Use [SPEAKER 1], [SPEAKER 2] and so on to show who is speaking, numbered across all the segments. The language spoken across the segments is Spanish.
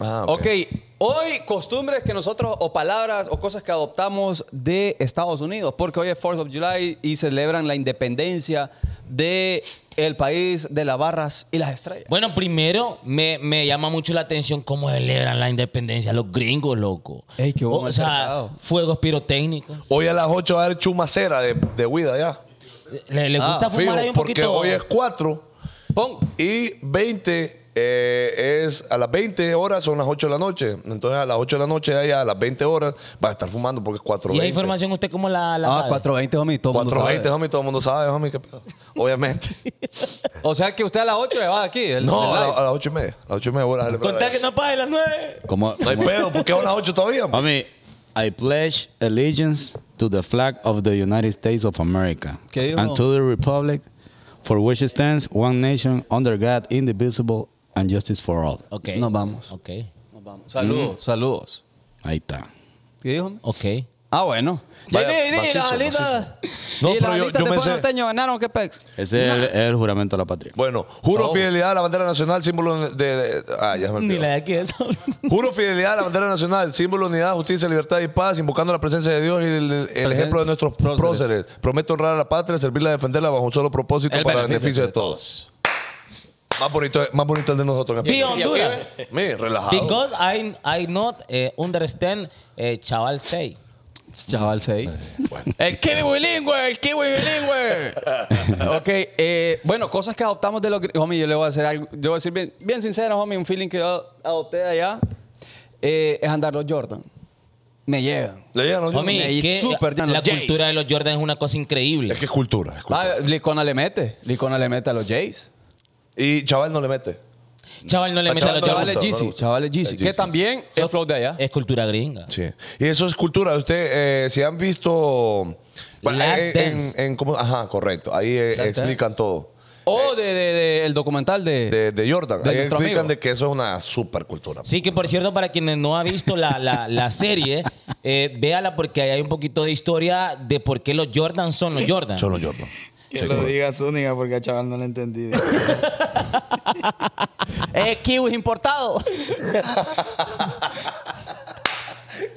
[SPEAKER 1] Ah,
[SPEAKER 2] Ok, hoy costumbres que nosotros o palabras o cosas que adoptamos de Estados Unidos, porque hoy es 4th of July y celebran la independencia de el país de las barras y las estrellas.
[SPEAKER 3] Bueno, primero me, me llama mucho la atención cómo celebran la independencia los gringos, loco.
[SPEAKER 2] Ey, qué buen
[SPEAKER 3] o sea,
[SPEAKER 2] mercado.
[SPEAKER 3] fuegos pirotécnicos.
[SPEAKER 1] Hoy a las 8 va a haber chumacera de, de huida ya.
[SPEAKER 3] ¿Le, le gusta
[SPEAKER 2] Ah,
[SPEAKER 3] fumar
[SPEAKER 1] Fijo,
[SPEAKER 3] ahí un
[SPEAKER 1] porque
[SPEAKER 3] poquito?
[SPEAKER 1] hoy es 4
[SPEAKER 2] Pon,
[SPEAKER 1] y 20 eh, es a las 20 horas son las 8 de la noche. Entonces a las 8 de la noche allá a las 20 horas va a estar fumando porque es 4.
[SPEAKER 3] ¿Y esa información usted cómo la, la
[SPEAKER 2] ah,
[SPEAKER 3] sabe?
[SPEAKER 2] 420, homie, todo el mundo
[SPEAKER 1] 420,
[SPEAKER 2] sabe.
[SPEAKER 1] homie, todo el mundo sabe, homie, qué pedo. Obviamente.
[SPEAKER 2] O sea que usted a las 8 le va de aquí. del- del
[SPEAKER 1] No, a, la-
[SPEAKER 2] live.
[SPEAKER 1] a las 8 y media. A las 8 y media, horas.
[SPEAKER 3] Contá que no pague las nueve.
[SPEAKER 4] Como,
[SPEAKER 1] No hay
[SPEAKER 4] como-
[SPEAKER 1] pedo, porque son las 8 todavía. man.
[SPEAKER 4] Homie, I pledge allegiance to the flag of the United States of America
[SPEAKER 2] ¿Qué dijo?
[SPEAKER 4] and to the republic for which it stands, one nation, under God, indivisible, and justice for all.
[SPEAKER 3] Ok.
[SPEAKER 2] Nos vamos.
[SPEAKER 3] Ok.
[SPEAKER 2] Nos vamos. Saludos, saludos.
[SPEAKER 4] Ahí está.
[SPEAKER 2] ¿Qué dijo? homie?
[SPEAKER 3] Ok.
[SPEAKER 2] Ah, bueno.
[SPEAKER 1] Vaya,
[SPEAKER 2] y di, di,
[SPEAKER 1] macizo,
[SPEAKER 2] las alitas.
[SPEAKER 1] No, pero
[SPEAKER 2] y las
[SPEAKER 1] yo-
[SPEAKER 2] alitas
[SPEAKER 1] yo
[SPEAKER 2] de
[SPEAKER 1] me
[SPEAKER 2] Fuego
[SPEAKER 1] sé.
[SPEAKER 2] Norteño ganaron, ¿qué pex?
[SPEAKER 4] Ese es el, es el juramento a la patria.
[SPEAKER 1] Bueno, juro
[SPEAKER 2] Oh.
[SPEAKER 1] fidelidad a la bandera nacional, símbolo de. de- ah, ya se me
[SPEAKER 3] Ni
[SPEAKER 1] olvidó.
[SPEAKER 3] la de aquí eso.
[SPEAKER 1] Juro fidelidad a la bandera nacional, símbolo de unidad, justicia, libertad y paz, invocando la presencia de Dios y el, el ejemplo de nuestros
[SPEAKER 2] Próceres.
[SPEAKER 1] próceres. Prometo honrar a la patria, servirla, defenderla bajo un solo propósito
[SPEAKER 2] El
[SPEAKER 1] para el beneficio
[SPEAKER 2] beneficio de
[SPEAKER 1] de todos. Más bonito, más bonito el de nosotros.
[SPEAKER 3] Viva Honduras.
[SPEAKER 1] Me, relajado.
[SPEAKER 3] Because I, I not eh, understand eh, chaval 6.
[SPEAKER 2] Chaval 6.
[SPEAKER 1] Eh, Bueno.
[SPEAKER 2] El kiwi bilingüe, el kiwi bilingüe. ok, eh, bueno, cosas que adoptamos de los gri- Homie, yo le voy a hacer algo. Yo voy a decir bien, bien sincero, homie, un feeling que yo adopté de allá eh, es andar los Jordan. Me llegan.
[SPEAKER 1] Le llegan los
[SPEAKER 2] Homie,
[SPEAKER 1] Jordan.
[SPEAKER 3] Homie,
[SPEAKER 2] y
[SPEAKER 3] que
[SPEAKER 2] súper, ya
[SPEAKER 3] la
[SPEAKER 2] no- Jays.
[SPEAKER 3] cultura de los Jordan es una cosa increíble.
[SPEAKER 1] Es que es cultura. es cultura.
[SPEAKER 2] Ah, Licona le mete. Licona le mete a los Jays.
[SPEAKER 1] Y chaval no le mete.
[SPEAKER 3] Chaval, no le
[SPEAKER 1] A
[SPEAKER 3] metas a los
[SPEAKER 1] Chaval no le
[SPEAKER 3] Jordan.
[SPEAKER 1] gusta, no
[SPEAKER 2] Chavales
[SPEAKER 1] le
[SPEAKER 2] Jeezy,
[SPEAKER 1] gusta.
[SPEAKER 2] chavales Jeezy.
[SPEAKER 1] El
[SPEAKER 2] Que
[SPEAKER 1] Yeezy.
[SPEAKER 2] también es flow de allá.
[SPEAKER 3] Es cultura gringa.
[SPEAKER 1] Sí. Y eso es cultura. Usted, eh, si han visto. eh,
[SPEAKER 3] Last
[SPEAKER 1] en,
[SPEAKER 3] Dance.
[SPEAKER 1] en- en cómo- ajá, correcto. Ahí eh,
[SPEAKER 2] Last
[SPEAKER 1] explican todo.
[SPEAKER 2] O de, de- de- el documental de...
[SPEAKER 1] De, de Jordan.
[SPEAKER 2] De
[SPEAKER 1] Ahí
[SPEAKER 2] nuestro
[SPEAKER 1] explican
[SPEAKER 2] amigo.
[SPEAKER 1] de que eso es una supercultura.
[SPEAKER 3] Sí, que por cierto, para quienes no han visto la, la- la serie, eh, véala porque ahí hay un poquito de historia de por qué los Jordan son los Jordan.
[SPEAKER 1] Solo Jordan.
[SPEAKER 5] Que
[SPEAKER 1] Sí,
[SPEAKER 5] lo
[SPEAKER 1] correcto.
[SPEAKER 5] diga Zúñiga porque a chaval no le entendí.
[SPEAKER 2] Es Eh, kiwis importados.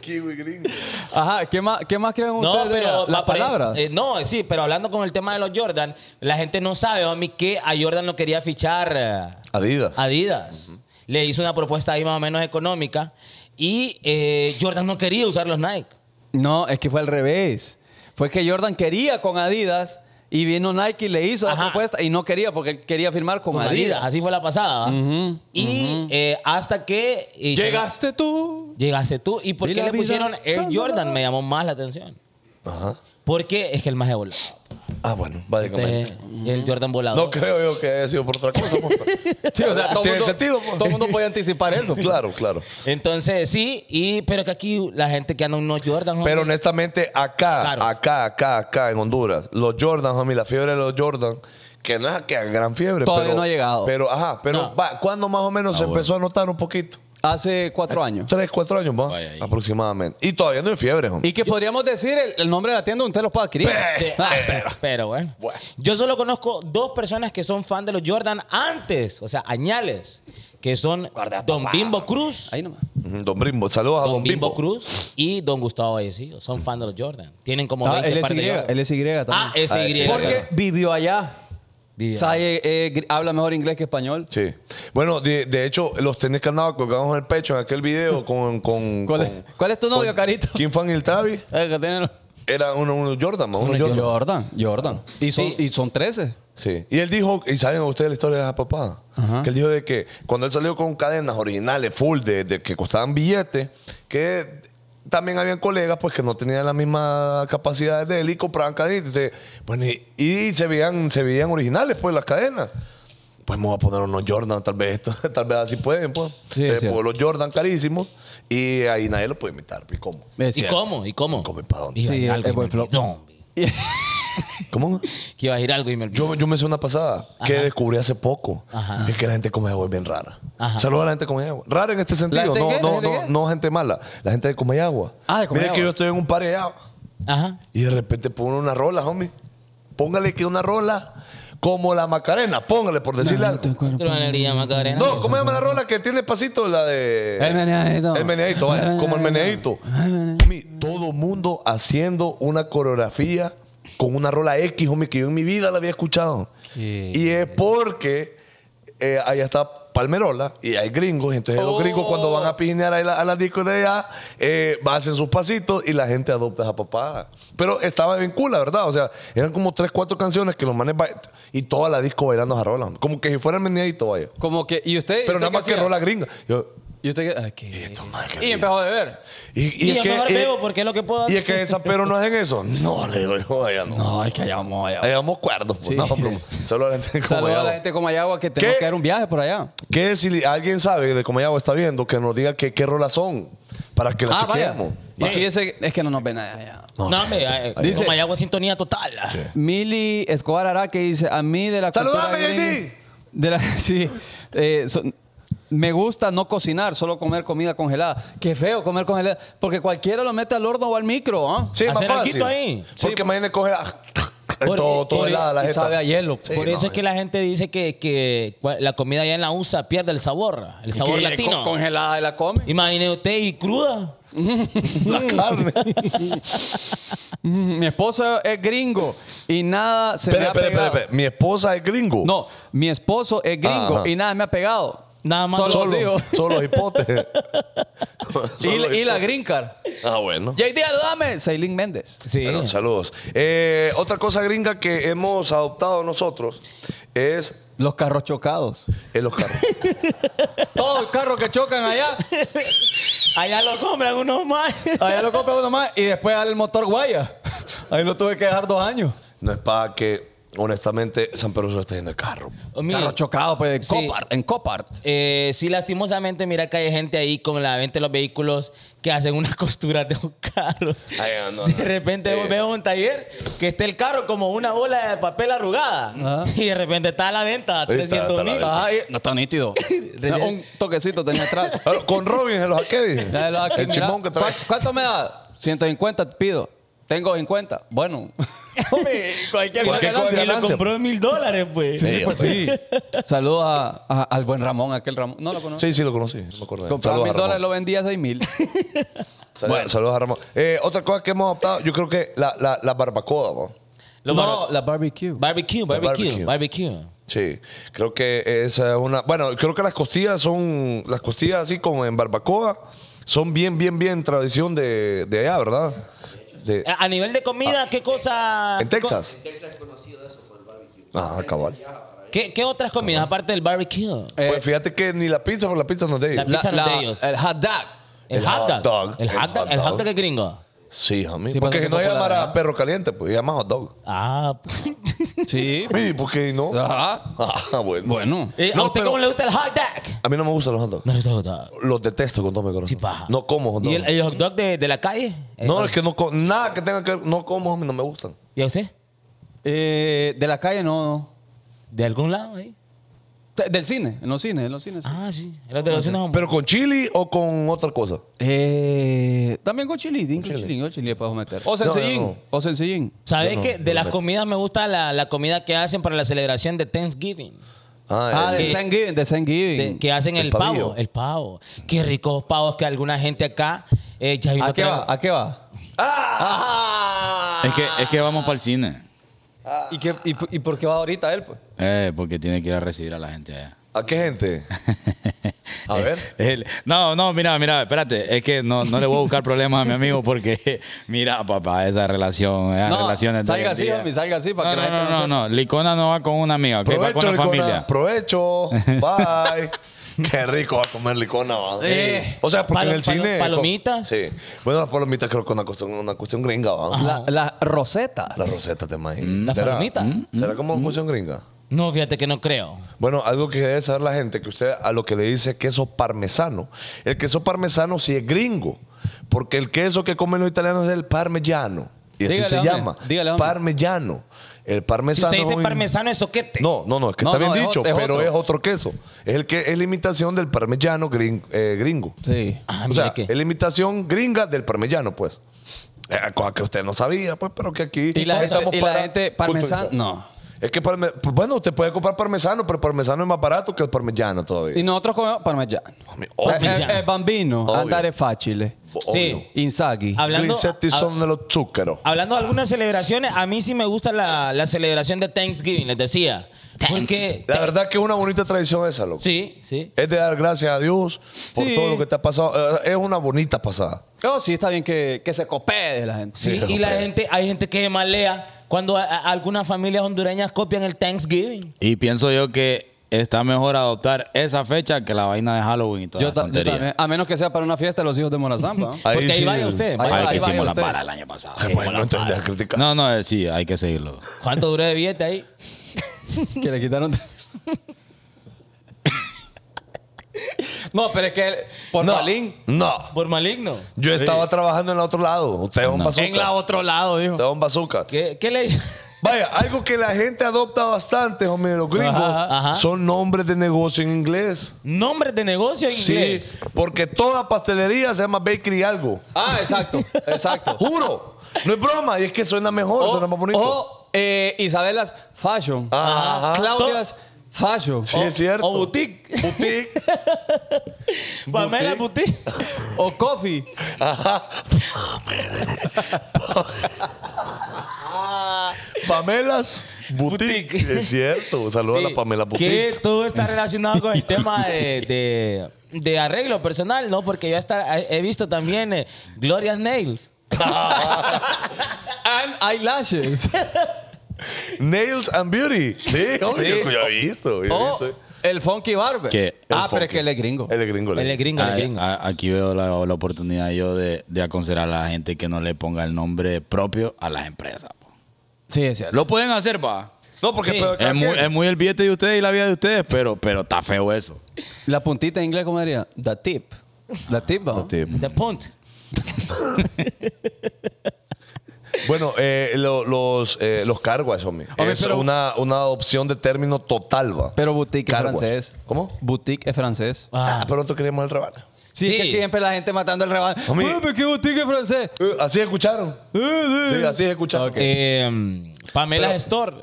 [SPEAKER 1] Kiwi gringo.
[SPEAKER 2] Ajá, ¿qué más, qué más creen
[SPEAKER 3] No,
[SPEAKER 2] ustedes? de
[SPEAKER 3] pero
[SPEAKER 2] la, la
[SPEAKER 3] pa- por
[SPEAKER 2] palabra.
[SPEAKER 3] ejemplo, eh, no, sí, pero hablando con el tema de los Jordan, la gente no sabe, mami, que a Jordan no quería fichar eh,
[SPEAKER 1] Adidas.
[SPEAKER 3] Adidas. Le hizo una propuesta ahí más o menos económica y eh, Jordan no quería usar los Nike.
[SPEAKER 2] No, es que fue al revés. Fue que Jordan quería con Adidas y vino Nike y le hizo
[SPEAKER 3] Ajá.
[SPEAKER 2] la propuesta y no quería porque él quería firmar con,
[SPEAKER 3] Con Adidas.
[SPEAKER 2] Adidas.
[SPEAKER 3] así fue la pasada. ¿va? y eh, hasta que hicieron-
[SPEAKER 2] Llegaste tú.
[SPEAKER 3] Llegaste tú. ¿Y por
[SPEAKER 2] Y
[SPEAKER 3] qué
[SPEAKER 2] la
[SPEAKER 3] le
[SPEAKER 2] vida
[SPEAKER 3] pusieron Air
[SPEAKER 2] tan
[SPEAKER 3] Jordan?
[SPEAKER 2] larga.
[SPEAKER 3] Me llamó más la atención.
[SPEAKER 1] Ajá.
[SPEAKER 3] Porque es que el más es volado.
[SPEAKER 1] Ah, bueno,
[SPEAKER 2] Este,
[SPEAKER 1] básicamente.
[SPEAKER 3] Entonces, El Jordan volado.
[SPEAKER 1] No creo yo que haya sido por otra cosa. pues.
[SPEAKER 2] Sí, o sea, todo
[SPEAKER 1] Tiene
[SPEAKER 2] mundo,
[SPEAKER 1] sentido, pues.
[SPEAKER 2] todo el mundo podía anticipar eso. pues.
[SPEAKER 1] Claro, claro.
[SPEAKER 3] Entonces, sí, y, pero que aquí la gente que anda en unos Jordan.
[SPEAKER 1] Pero
[SPEAKER 3] hombre,
[SPEAKER 1] honestamente, acá,
[SPEAKER 3] Caros.
[SPEAKER 1] acá, acá, acá en Honduras, los Jordan, homie, la fiebre de los Jordan, que no es que gran fiebre.
[SPEAKER 2] Todavía
[SPEAKER 1] pero-
[SPEAKER 2] no ha llegado.
[SPEAKER 1] Pero, ajá, pero
[SPEAKER 3] No.
[SPEAKER 1] va, ¿cuándo más o menos
[SPEAKER 4] Ah,
[SPEAKER 1] se
[SPEAKER 4] bueno.
[SPEAKER 1] empezó a notar un poquito?
[SPEAKER 2] Hace cuatro años.
[SPEAKER 1] Tres, cuatro años más,
[SPEAKER 4] Vaya ahí.
[SPEAKER 1] aproximadamente. Y todavía no hay fiebre, homie.
[SPEAKER 2] Y que podríamos decir el, el nombre de la tienda donde usted los puede adquirir.
[SPEAKER 3] de-
[SPEAKER 2] Ah,
[SPEAKER 3] pero, bueno.
[SPEAKER 1] Bueno.
[SPEAKER 3] Yo solo conozco dos personas que son fan de los Jordan antes, o sea, añales, que son Don Bimbo Cruz.
[SPEAKER 2] ahí nomás.
[SPEAKER 1] Ujú, Don Bimbo, saludos a
[SPEAKER 3] Don
[SPEAKER 1] Don
[SPEAKER 3] Bimbo
[SPEAKER 1] Bimbo.
[SPEAKER 3] Cruz y Don Gustavo Vallecillo son fan de los Jordan. Tienen como
[SPEAKER 2] Ah,
[SPEAKER 3] 20
[SPEAKER 2] él es
[SPEAKER 3] par de
[SPEAKER 2] Y,
[SPEAKER 3] Jordan.
[SPEAKER 2] él es Y también.
[SPEAKER 3] Ah, es
[SPEAKER 1] Ah,
[SPEAKER 3] Y.
[SPEAKER 1] sí,
[SPEAKER 2] Porque
[SPEAKER 1] claro.
[SPEAKER 2] vivió allá.
[SPEAKER 3] Vivió
[SPEAKER 2] Sabe, eh, gr- habla mejor inglés que español.
[SPEAKER 1] Sí. Bueno, de, de hecho, los tenis que andaba colgados en el pecho en aquel video con. con
[SPEAKER 2] ¿Cuál es-
[SPEAKER 1] con-
[SPEAKER 2] cuál es tu novio,
[SPEAKER 1] con
[SPEAKER 2] Carito?
[SPEAKER 1] Kim Fan y el Travis.
[SPEAKER 2] Eh, que tiene los-
[SPEAKER 1] Era uno, uno Jordan, más, uno Jordan.
[SPEAKER 2] Jordan, Jordan. Y son,
[SPEAKER 3] Sí.
[SPEAKER 2] y son 13.
[SPEAKER 1] Sí. Y él dijo, y saben ustedes la historia de la papá, que él dijo de que cuando él salió con cadenas originales, full, de, de que costaban billetes, que también habían colegas pues que no tenían las mismas capacidades de él y compraban cadenas. Y, bueno, y, y se, veían, se veían originales pues las cadenas. Pues me voy a poner unos Jordan, tal vez esto, tal vez así pueden, pues.
[SPEAKER 2] Sí, es
[SPEAKER 1] Eh,
[SPEAKER 2] cierto.
[SPEAKER 1] pues, los Jordan carísimos y ahí nadie lo puede imitar, ¿y cómo?
[SPEAKER 2] Es
[SPEAKER 3] ¿Y
[SPEAKER 2] cierto.
[SPEAKER 3] cómo? ¿Y cómo?
[SPEAKER 1] ¿Cómo y para dónde?
[SPEAKER 3] Iba a
[SPEAKER 2] Sí,
[SPEAKER 3] decir
[SPEAKER 2] es
[SPEAKER 3] algo y
[SPEAKER 2] buen
[SPEAKER 3] me
[SPEAKER 2] flow.
[SPEAKER 3] olvidó, hombre.
[SPEAKER 1] ¿Cómo?
[SPEAKER 3] Que iba a decir algo y me olvidó.
[SPEAKER 1] Yo, yo me hice una pasada que descubrí hace poco.
[SPEAKER 3] Ajá.
[SPEAKER 1] Es que la gente come agua es bien rara.
[SPEAKER 3] Ajá.
[SPEAKER 1] Saludos a la gente come agua. Rara en este
[SPEAKER 2] ¿La
[SPEAKER 1] sentido.
[SPEAKER 2] gente
[SPEAKER 1] No,
[SPEAKER 2] qué? ¿La
[SPEAKER 1] no,
[SPEAKER 2] gente
[SPEAKER 1] no,
[SPEAKER 2] qué?
[SPEAKER 1] no gente mala. La gente que come agua.
[SPEAKER 2] Ah, de
[SPEAKER 1] Mira
[SPEAKER 2] Comayagua.
[SPEAKER 1] que yo estoy en un par de agua
[SPEAKER 3] Ajá.
[SPEAKER 1] y de repente pongo una rola, homie. Póngale que una rola como la Macarena, póngale por decirle algo.
[SPEAKER 3] Pero
[SPEAKER 2] pues,
[SPEAKER 3] en el día Macarena.
[SPEAKER 1] No, ¿cómo se llama la rola que tiene pasito? La de.
[SPEAKER 2] El meneadito.
[SPEAKER 1] El meneadito, vaya. Como el meneadito. Mi, todo mundo haciendo una coreografía con una rola X, homie, que yo en mi vida la había escuchado. Y es porque eh, allá está Palmerola y hay gringos. Y entonces los gringos cuando van a pijinear ahí la- a las discos de allá, eh, hacen sus pasitos y la gente adopta esa papada. Pero estaba bien cool, la verdad. O sea, eran como tres, cuatro canciones que los manes ba- y toda la disco bailando esa rola. Como que si fuera el meneadito, vaya.
[SPEAKER 2] Como que, y usted.
[SPEAKER 1] Pero
[SPEAKER 2] usted
[SPEAKER 1] nada más
[SPEAKER 2] qué
[SPEAKER 1] que
[SPEAKER 2] hacía?
[SPEAKER 1] rola gringa. Yo,
[SPEAKER 2] Y usted que. ay, qué-
[SPEAKER 1] esto, madre, qué
[SPEAKER 2] Y
[SPEAKER 1] bien.
[SPEAKER 2] empezó a beber.
[SPEAKER 1] y,
[SPEAKER 3] Y,
[SPEAKER 1] y es
[SPEAKER 3] yo
[SPEAKER 1] que,
[SPEAKER 3] mejor
[SPEAKER 1] eh,
[SPEAKER 3] bebo porque es lo que puedo
[SPEAKER 1] y es que en San Pedro no hacen eso. No, le digo yo, allá no.
[SPEAKER 2] es que allá vamos allá.
[SPEAKER 1] Allá vamos cuerdos. pues,
[SPEAKER 2] Sí.
[SPEAKER 1] no, pero solo la gente como
[SPEAKER 2] Saludos a
[SPEAKER 1] allá.
[SPEAKER 2] la gente como Comayagua que tenemos
[SPEAKER 1] ¿Qué?
[SPEAKER 2] que dar un viaje por allá.
[SPEAKER 1] ¿Qué si alguien sabe de Comayagua está viendo? Que nos diga que- qué rolas son para que las
[SPEAKER 2] ah, vaya.
[SPEAKER 1] chequeemos.
[SPEAKER 2] Y fíjese, es que no nos ven allá.
[SPEAKER 3] No,
[SPEAKER 1] sí.
[SPEAKER 3] hombre, eh,
[SPEAKER 2] Dice-
[SPEAKER 3] como hay agua en sintonía total. ah.
[SPEAKER 2] Mili Escobar Araque dice, a mí de la
[SPEAKER 1] ¡Saludame,
[SPEAKER 2] cultura
[SPEAKER 1] JD!
[SPEAKER 2] gringa- de la, Sí. eh, so- me gusta no cocinar, solo comer comida congelada. Qué feo comer congelada. Porque cualquiera lo mete al horno o al micro, ¿ah?
[SPEAKER 1] Sí, más
[SPEAKER 3] Hacer
[SPEAKER 1] fácil.
[SPEAKER 3] alquito ahí.
[SPEAKER 1] Porque imagínate coger ah,
[SPEAKER 3] Por-
[SPEAKER 1] todo, todo
[SPEAKER 3] por-
[SPEAKER 1] helada la
[SPEAKER 2] y
[SPEAKER 1] jeta.
[SPEAKER 2] sabe a hielo.
[SPEAKER 1] Sí,
[SPEAKER 3] Por
[SPEAKER 1] no, eh.
[SPEAKER 3] eso es que la gente dice que, que cua- la comida allá en la USA pierde el sabor, el sabor
[SPEAKER 2] Y
[SPEAKER 3] latino.
[SPEAKER 2] con- Congelada y la come.
[SPEAKER 3] Imagine usted y cruda.
[SPEAKER 1] La carne.
[SPEAKER 2] Mm, Mi esposo es gringo y nada se
[SPEAKER 1] Espera,
[SPEAKER 2] me ha
[SPEAKER 1] espera, espera,
[SPEAKER 2] pegado.
[SPEAKER 1] espera. Mi esposa es gringo.
[SPEAKER 2] No, mi esposo es gringo
[SPEAKER 1] Ajá.
[SPEAKER 2] y nada me ha pegado.
[SPEAKER 3] Nada más
[SPEAKER 2] Ah, Solo los
[SPEAKER 1] Solo,
[SPEAKER 2] hijos.
[SPEAKER 1] solo hipotes.
[SPEAKER 2] Y,
[SPEAKER 1] Solo
[SPEAKER 2] y la
[SPEAKER 1] hipotes.
[SPEAKER 2] green card.
[SPEAKER 1] Ah, bueno.
[SPEAKER 2] JD, ayúdame. Celine Méndez.
[SPEAKER 3] Sí.
[SPEAKER 1] Bueno, saludos. Eh, otra cosa gringa que hemos adoptado nosotros es
[SPEAKER 2] Los carros chocados.
[SPEAKER 1] en los carros.
[SPEAKER 2] Todos los carros que chocan allá,
[SPEAKER 3] Allá lo compran unos más.
[SPEAKER 2] allá lo compra uno más y después al motor guaya. Ahí lo tuve que dejar dos años.
[SPEAKER 1] no es para que, honestamente, San Pedro se esté en el carro.
[SPEAKER 2] Carro chocado, pues, de
[SPEAKER 3] Sí.
[SPEAKER 2] Copart, en Copart.
[SPEAKER 3] Eh, sí, lastimosamente, mira que hay gente ahí con la venta de los vehículos que hacen unas costuras de un carro.
[SPEAKER 1] Ay, no, no.
[SPEAKER 3] de repente
[SPEAKER 1] Sí.
[SPEAKER 3] veo un taller que está el carro como una bola de papel arrugada.
[SPEAKER 2] Ajá.
[SPEAKER 3] Y de repente está a la venta, a
[SPEAKER 1] Ahí está,
[SPEAKER 3] 300
[SPEAKER 1] está la
[SPEAKER 3] mil.
[SPEAKER 1] venta.
[SPEAKER 2] Ajá, y- no está nítido. un toquecito tenía atrás.
[SPEAKER 1] Ah, Con Robin en los arcades.
[SPEAKER 2] Ya lo aquí,
[SPEAKER 1] el
[SPEAKER 2] mira,
[SPEAKER 1] chimón que trae.
[SPEAKER 2] ¿cu- ¿Cuánto me da? 150 te pido. Tengo 50. Bueno.
[SPEAKER 3] Hombre, cualquier
[SPEAKER 1] Cualquier
[SPEAKER 3] cosa,
[SPEAKER 1] cosa
[SPEAKER 3] y lo
[SPEAKER 1] ganancia.
[SPEAKER 3] compró en mil dólares, pues.
[SPEAKER 1] Sí,
[SPEAKER 2] Pues sí. Saludos a- a- al buen Ramón, aquel Ramón. No lo conozco.
[SPEAKER 1] Sí, sí, lo conocí. No me acuerdo.
[SPEAKER 2] Compraba
[SPEAKER 1] Saludos a
[SPEAKER 2] mil dólares,
[SPEAKER 1] Ramón.
[SPEAKER 2] lo vendía a seis mil.
[SPEAKER 1] Saludos- Saludos a Ramón. Eh, otra cosa que hemos adoptado, yo creo que la, la, la barbacoa, ¿no?
[SPEAKER 3] Lo
[SPEAKER 2] no,
[SPEAKER 3] bar-
[SPEAKER 2] la barbecue.
[SPEAKER 3] barbecue,
[SPEAKER 1] barbecue.
[SPEAKER 3] barbecue, barbecue.
[SPEAKER 1] Sí, creo que esa es eh, una. Bueno, creo que las costillas son. Las costillas, así como en barbacoa, son bien, bien, bien tradición de, de allá, ¿verdad? De,
[SPEAKER 3] A a nivel de comida, ¿qué cosa?
[SPEAKER 1] Ah, en Texas. En Texas es conocido eso por el barbecue. Ah, cabal.
[SPEAKER 3] ¿Qué, qué otras comidas aparte del barbecue?
[SPEAKER 2] Eh,
[SPEAKER 1] pues fíjate que ni la pizza, porque la pizza no es de ellos.
[SPEAKER 3] La pizza no es de ellos.
[SPEAKER 2] El hot dog.
[SPEAKER 3] El,
[SPEAKER 1] el
[SPEAKER 3] hot
[SPEAKER 1] hot
[SPEAKER 3] dog.
[SPEAKER 1] dog,
[SPEAKER 3] El hot dog. El hot dog es gringo.
[SPEAKER 1] Sí, a mí.
[SPEAKER 2] Sí,
[SPEAKER 1] porque
[SPEAKER 2] pasa
[SPEAKER 1] si
[SPEAKER 2] que
[SPEAKER 1] no
[SPEAKER 2] es popular,
[SPEAKER 1] llamara
[SPEAKER 2] ¿no?
[SPEAKER 1] perro caliente, pues llama hot dog.
[SPEAKER 3] Ah.
[SPEAKER 2] Sí.
[SPEAKER 1] Sí, porque no.
[SPEAKER 2] Ajá.
[SPEAKER 1] Ah, bueno.
[SPEAKER 2] Bueno.
[SPEAKER 3] Eh, ¿A
[SPEAKER 1] No,
[SPEAKER 3] usted
[SPEAKER 1] pero-
[SPEAKER 3] cómo le gusta el hot dog?
[SPEAKER 1] A mí no me gustan los hot dogs.
[SPEAKER 3] No le gusta el hot dog.
[SPEAKER 1] Los detesto con todo mi corazón.
[SPEAKER 3] Sí, paja.
[SPEAKER 1] No como hot
[SPEAKER 3] ¿Y
[SPEAKER 1] dogs.
[SPEAKER 3] el, el hot dog de, de la calle? Eh,
[SPEAKER 1] No, es que no co- nada que tenga que ver, no como, homie, no me gustan.
[SPEAKER 3] ¿Y a usted?
[SPEAKER 2] Eh, de la calle no, no.
[SPEAKER 3] ¿De algún lado ahí?
[SPEAKER 2] Te- Del cine, en los cines, en los cines. sí.
[SPEAKER 3] Ah, sí. Los de los cines son-
[SPEAKER 1] Pero con chili o con otra cosa.
[SPEAKER 2] Eh, también con chili, con chili, con chili le puedo meter. O sencillín,
[SPEAKER 1] no, no.
[SPEAKER 2] o sencillín.
[SPEAKER 3] ¿Sabes
[SPEAKER 1] Yo no,
[SPEAKER 3] que
[SPEAKER 1] yo
[SPEAKER 3] De las
[SPEAKER 1] no.
[SPEAKER 3] comidas me gusta la, la comida que hacen para la celebración de Thanksgiving.
[SPEAKER 2] Ah,
[SPEAKER 1] el-
[SPEAKER 2] de Thanksgiving, de
[SPEAKER 3] de-
[SPEAKER 2] Thanksgiving.
[SPEAKER 3] que hacen el,
[SPEAKER 1] El
[SPEAKER 3] pavo.
[SPEAKER 1] pavillo.
[SPEAKER 3] El pavo. Qué ricos pavos que alguna gente acá... eh, ya
[SPEAKER 1] Ah,
[SPEAKER 3] vino
[SPEAKER 2] ¿A qué
[SPEAKER 3] traer-
[SPEAKER 2] va? ¿A qué va?
[SPEAKER 4] Es que, es que vamos para el cine.
[SPEAKER 2] ¿Y, qué, y, p- y por qué va ahorita él? Pues?
[SPEAKER 4] Eh, porque tiene que ir a recibir a la gente allá.
[SPEAKER 1] ¿A qué gente? A ver.
[SPEAKER 4] El- no, no, mira, mira, espérate. Es que no, no le voy a buscar problemas a mi amigo porque, mira, papá, esa relación, esas
[SPEAKER 2] No,
[SPEAKER 4] relaciones. de hoy
[SPEAKER 2] salga
[SPEAKER 4] en
[SPEAKER 2] así,
[SPEAKER 4] día.
[SPEAKER 2] homie, salga así para
[SPEAKER 4] no,
[SPEAKER 2] que
[SPEAKER 4] no,
[SPEAKER 2] la gente
[SPEAKER 4] no,
[SPEAKER 2] no
[SPEAKER 4] no, no. Licona no va con una amiga, que va con
[SPEAKER 1] provecho,
[SPEAKER 4] la
[SPEAKER 1] licona.
[SPEAKER 4] familia.
[SPEAKER 1] Provecho. Bye. qué rico va a comer licona, va.
[SPEAKER 2] Eh,
[SPEAKER 1] o sea, porque
[SPEAKER 3] palo-
[SPEAKER 1] en el
[SPEAKER 3] palo-
[SPEAKER 1] cine.
[SPEAKER 3] palomitas.
[SPEAKER 1] Sí. Bueno, las palomitas creo que es una cuestión, una cuestión gringa, va.
[SPEAKER 2] La, las rosetas.
[SPEAKER 1] La roseta, te imaginas.
[SPEAKER 3] Las
[SPEAKER 1] ¿Será? ¿Mm?
[SPEAKER 3] palomitas. Mm.
[SPEAKER 1] ¿Será como cuestión gringa?
[SPEAKER 3] No, fíjate que no creo.
[SPEAKER 1] Bueno, algo que debe saber la gente, que usted a lo que le dice queso parmesano. El queso parmesano sí es gringo, porque el queso que comen los italianos es el parmigiano. Y así
[SPEAKER 2] Dígale,
[SPEAKER 1] se
[SPEAKER 2] hombre,
[SPEAKER 1] llama.
[SPEAKER 2] dígale, hombre.
[SPEAKER 1] parmigiano. El
[SPEAKER 3] Si
[SPEAKER 1] parmesano.
[SPEAKER 3] usted
[SPEAKER 1] es
[SPEAKER 3] dice
[SPEAKER 1] un-
[SPEAKER 3] parmesano es soquete.
[SPEAKER 1] No, no, no, es que
[SPEAKER 2] No,
[SPEAKER 1] está
[SPEAKER 2] no,
[SPEAKER 1] bien
[SPEAKER 2] es
[SPEAKER 1] dicho,
[SPEAKER 2] otro- es
[SPEAKER 1] pero
[SPEAKER 2] otro.
[SPEAKER 1] es otro queso. Es el que es la imitación del parmigiano grin- eh, gringo.
[SPEAKER 2] Sí.
[SPEAKER 3] Ah,
[SPEAKER 1] o
[SPEAKER 3] mira
[SPEAKER 1] sea,
[SPEAKER 3] que-
[SPEAKER 1] es la imitación gringa del parmigiano, pues. Eh, cosa que usted no sabía, pues, pero que aquí
[SPEAKER 2] Y la,
[SPEAKER 1] estamos
[SPEAKER 2] y la
[SPEAKER 1] para
[SPEAKER 2] gente
[SPEAKER 1] culturizar.
[SPEAKER 2] parmesano. No.
[SPEAKER 1] El Es que, parme- pues, bueno, usted puede comprar parmesano, pero parmesano es más barato que el parmigiano todavía.
[SPEAKER 2] Y nosotros comemos parmigiano.
[SPEAKER 1] Hombre,
[SPEAKER 3] Parmigiano.
[SPEAKER 1] Obvio.
[SPEAKER 2] Eh, eh, eh, bambino,
[SPEAKER 1] Oh, Obvio.
[SPEAKER 2] andare facile.
[SPEAKER 3] Sí.
[SPEAKER 2] Inzaghi.
[SPEAKER 3] Hablando,
[SPEAKER 1] Grinsetti
[SPEAKER 3] hab-
[SPEAKER 1] son de los chúcaros.
[SPEAKER 3] Hablando de algunas celebraciones, a mí sí me gusta la, la celebración de Thanksgiving, les decía. Porque.
[SPEAKER 1] La verdad que es una bonita tradición esa, loco.
[SPEAKER 3] Sí, sí.
[SPEAKER 1] Es de dar gracias a Dios por
[SPEAKER 2] Sí.
[SPEAKER 1] todo lo que te ha pasado. Eh, Es una bonita pasada.
[SPEAKER 2] Oh, sí, está bien que, que se copee de la gente.
[SPEAKER 3] Sí,
[SPEAKER 1] Sí,
[SPEAKER 3] y la
[SPEAKER 1] hombre.
[SPEAKER 3] gente, hay gente que malea cuando a- a- algunas familias hondureñas copian el Thanksgiving.
[SPEAKER 4] Y pienso yo que está mejor adoptar esa fecha que la vaina de Halloween y toda
[SPEAKER 2] Yo, ta- yo también. A menos que sea para una fiesta de los hijos de Morazamba. ¿no?
[SPEAKER 1] Ahí
[SPEAKER 3] Porque ahí
[SPEAKER 1] sí.
[SPEAKER 3] vaya usted.
[SPEAKER 2] Ahí-
[SPEAKER 3] vaya-
[SPEAKER 2] ahí
[SPEAKER 4] que
[SPEAKER 2] vaya
[SPEAKER 4] hicimos la
[SPEAKER 2] usted.
[SPEAKER 4] para el año pasado.
[SPEAKER 1] Se bueno, entonces deja de criticar.
[SPEAKER 4] No, no, eh, sí, hay que seguirlo.
[SPEAKER 3] ¿Cuánto duró de billete ahí?
[SPEAKER 2] que le quitaron. no, pero es que él- por
[SPEAKER 1] no,
[SPEAKER 2] Malín.
[SPEAKER 1] no.
[SPEAKER 3] Por maligno.
[SPEAKER 1] Yo estaba trabajando en el otro lado. Usted es un bazooka.
[SPEAKER 2] En la otro lado, dijo.
[SPEAKER 1] Usted es un bazooka.
[SPEAKER 3] ¿Qué, qué le
[SPEAKER 1] Vaya, algo que la gente adopta bastante, hombre, los gringos,
[SPEAKER 3] Ajá, ajá.
[SPEAKER 1] son nombres de negocio en inglés.
[SPEAKER 3] Nombres de negocio en inglés.
[SPEAKER 1] Sí, porque toda pastelería se llama bakery algo.
[SPEAKER 2] Ah, exacto, exacto.
[SPEAKER 1] Juro. No es broma, y es que suena mejor, suena más bonito.
[SPEAKER 2] o, eh, Isabelas Fashion.
[SPEAKER 1] Ajá.
[SPEAKER 2] Claudias Fashion.
[SPEAKER 1] sí, es cierto.
[SPEAKER 3] O boutique.
[SPEAKER 1] Boutique.
[SPEAKER 3] Pamela Boutique.
[SPEAKER 2] O, o Coffee.
[SPEAKER 1] Ajá. Pamelas Boutique. Es cierto. Saludos a
[SPEAKER 3] Sí,
[SPEAKER 1] la Pamela Boutique.
[SPEAKER 3] Que todo está relacionado con el tema de, de- de arreglo personal, ¿no? Porque yo hasta he visto también eh, Gloria's Nails.
[SPEAKER 2] And Eyelashes.
[SPEAKER 1] Nails and Beauty. Sí, obvio. Yo he visto. yo he
[SPEAKER 2] o
[SPEAKER 1] visto.
[SPEAKER 2] el Funky Barber.
[SPEAKER 4] Que el
[SPEAKER 2] ah, pero
[SPEAKER 1] funky.
[SPEAKER 2] es que él es gringo.
[SPEAKER 1] Él es gringo. él
[SPEAKER 3] El
[SPEAKER 1] es
[SPEAKER 3] es gringo, el
[SPEAKER 4] Ah,
[SPEAKER 3] es gringo.
[SPEAKER 4] a- aquí veo la, la oportunidad yo de, de aconsejar a la gente que no le ponga el nombre propio a las empresas. po.
[SPEAKER 2] Sí, es cierto.
[SPEAKER 4] Lo pueden hacer, pa.
[SPEAKER 1] No, porque
[SPEAKER 3] Sí.
[SPEAKER 1] pero cada
[SPEAKER 4] Es muy,
[SPEAKER 1] quien.
[SPEAKER 4] es muy el billete de ustedes y la vida de ustedes, pero, pero está feo eso.
[SPEAKER 2] La puntita en inglés, ¿cómo diría? The tip. The tip, ¿no?
[SPEAKER 3] The Punt.
[SPEAKER 1] Bueno, eh, lo- los, eh, los carguas, homie.
[SPEAKER 2] Homie,
[SPEAKER 1] es
[SPEAKER 2] pero-
[SPEAKER 1] una, una adopción de término total, va.
[SPEAKER 2] Pero boutique
[SPEAKER 1] Car
[SPEAKER 2] es
[SPEAKER 1] wash.
[SPEAKER 2] francés.
[SPEAKER 1] ¿Cómo?
[SPEAKER 2] Boutique es francés.
[SPEAKER 1] Ah, pero nosotros queremos el rabana.
[SPEAKER 2] Sí, es
[SPEAKER 3] Sí.
[SPEAKER 2] que siempre la gente matando el rebano.
[SPEAKER 1] Homie.
[SPEAKER 2] Uy, pero qué boutique es francés.
[SPEAKER 1] Eh, así escucharon. Sí, así escucharon.
[SPEAKER 3] Eh, Pamela
[SPEAKER 1] Pero-
[SPEAKER 3] Store.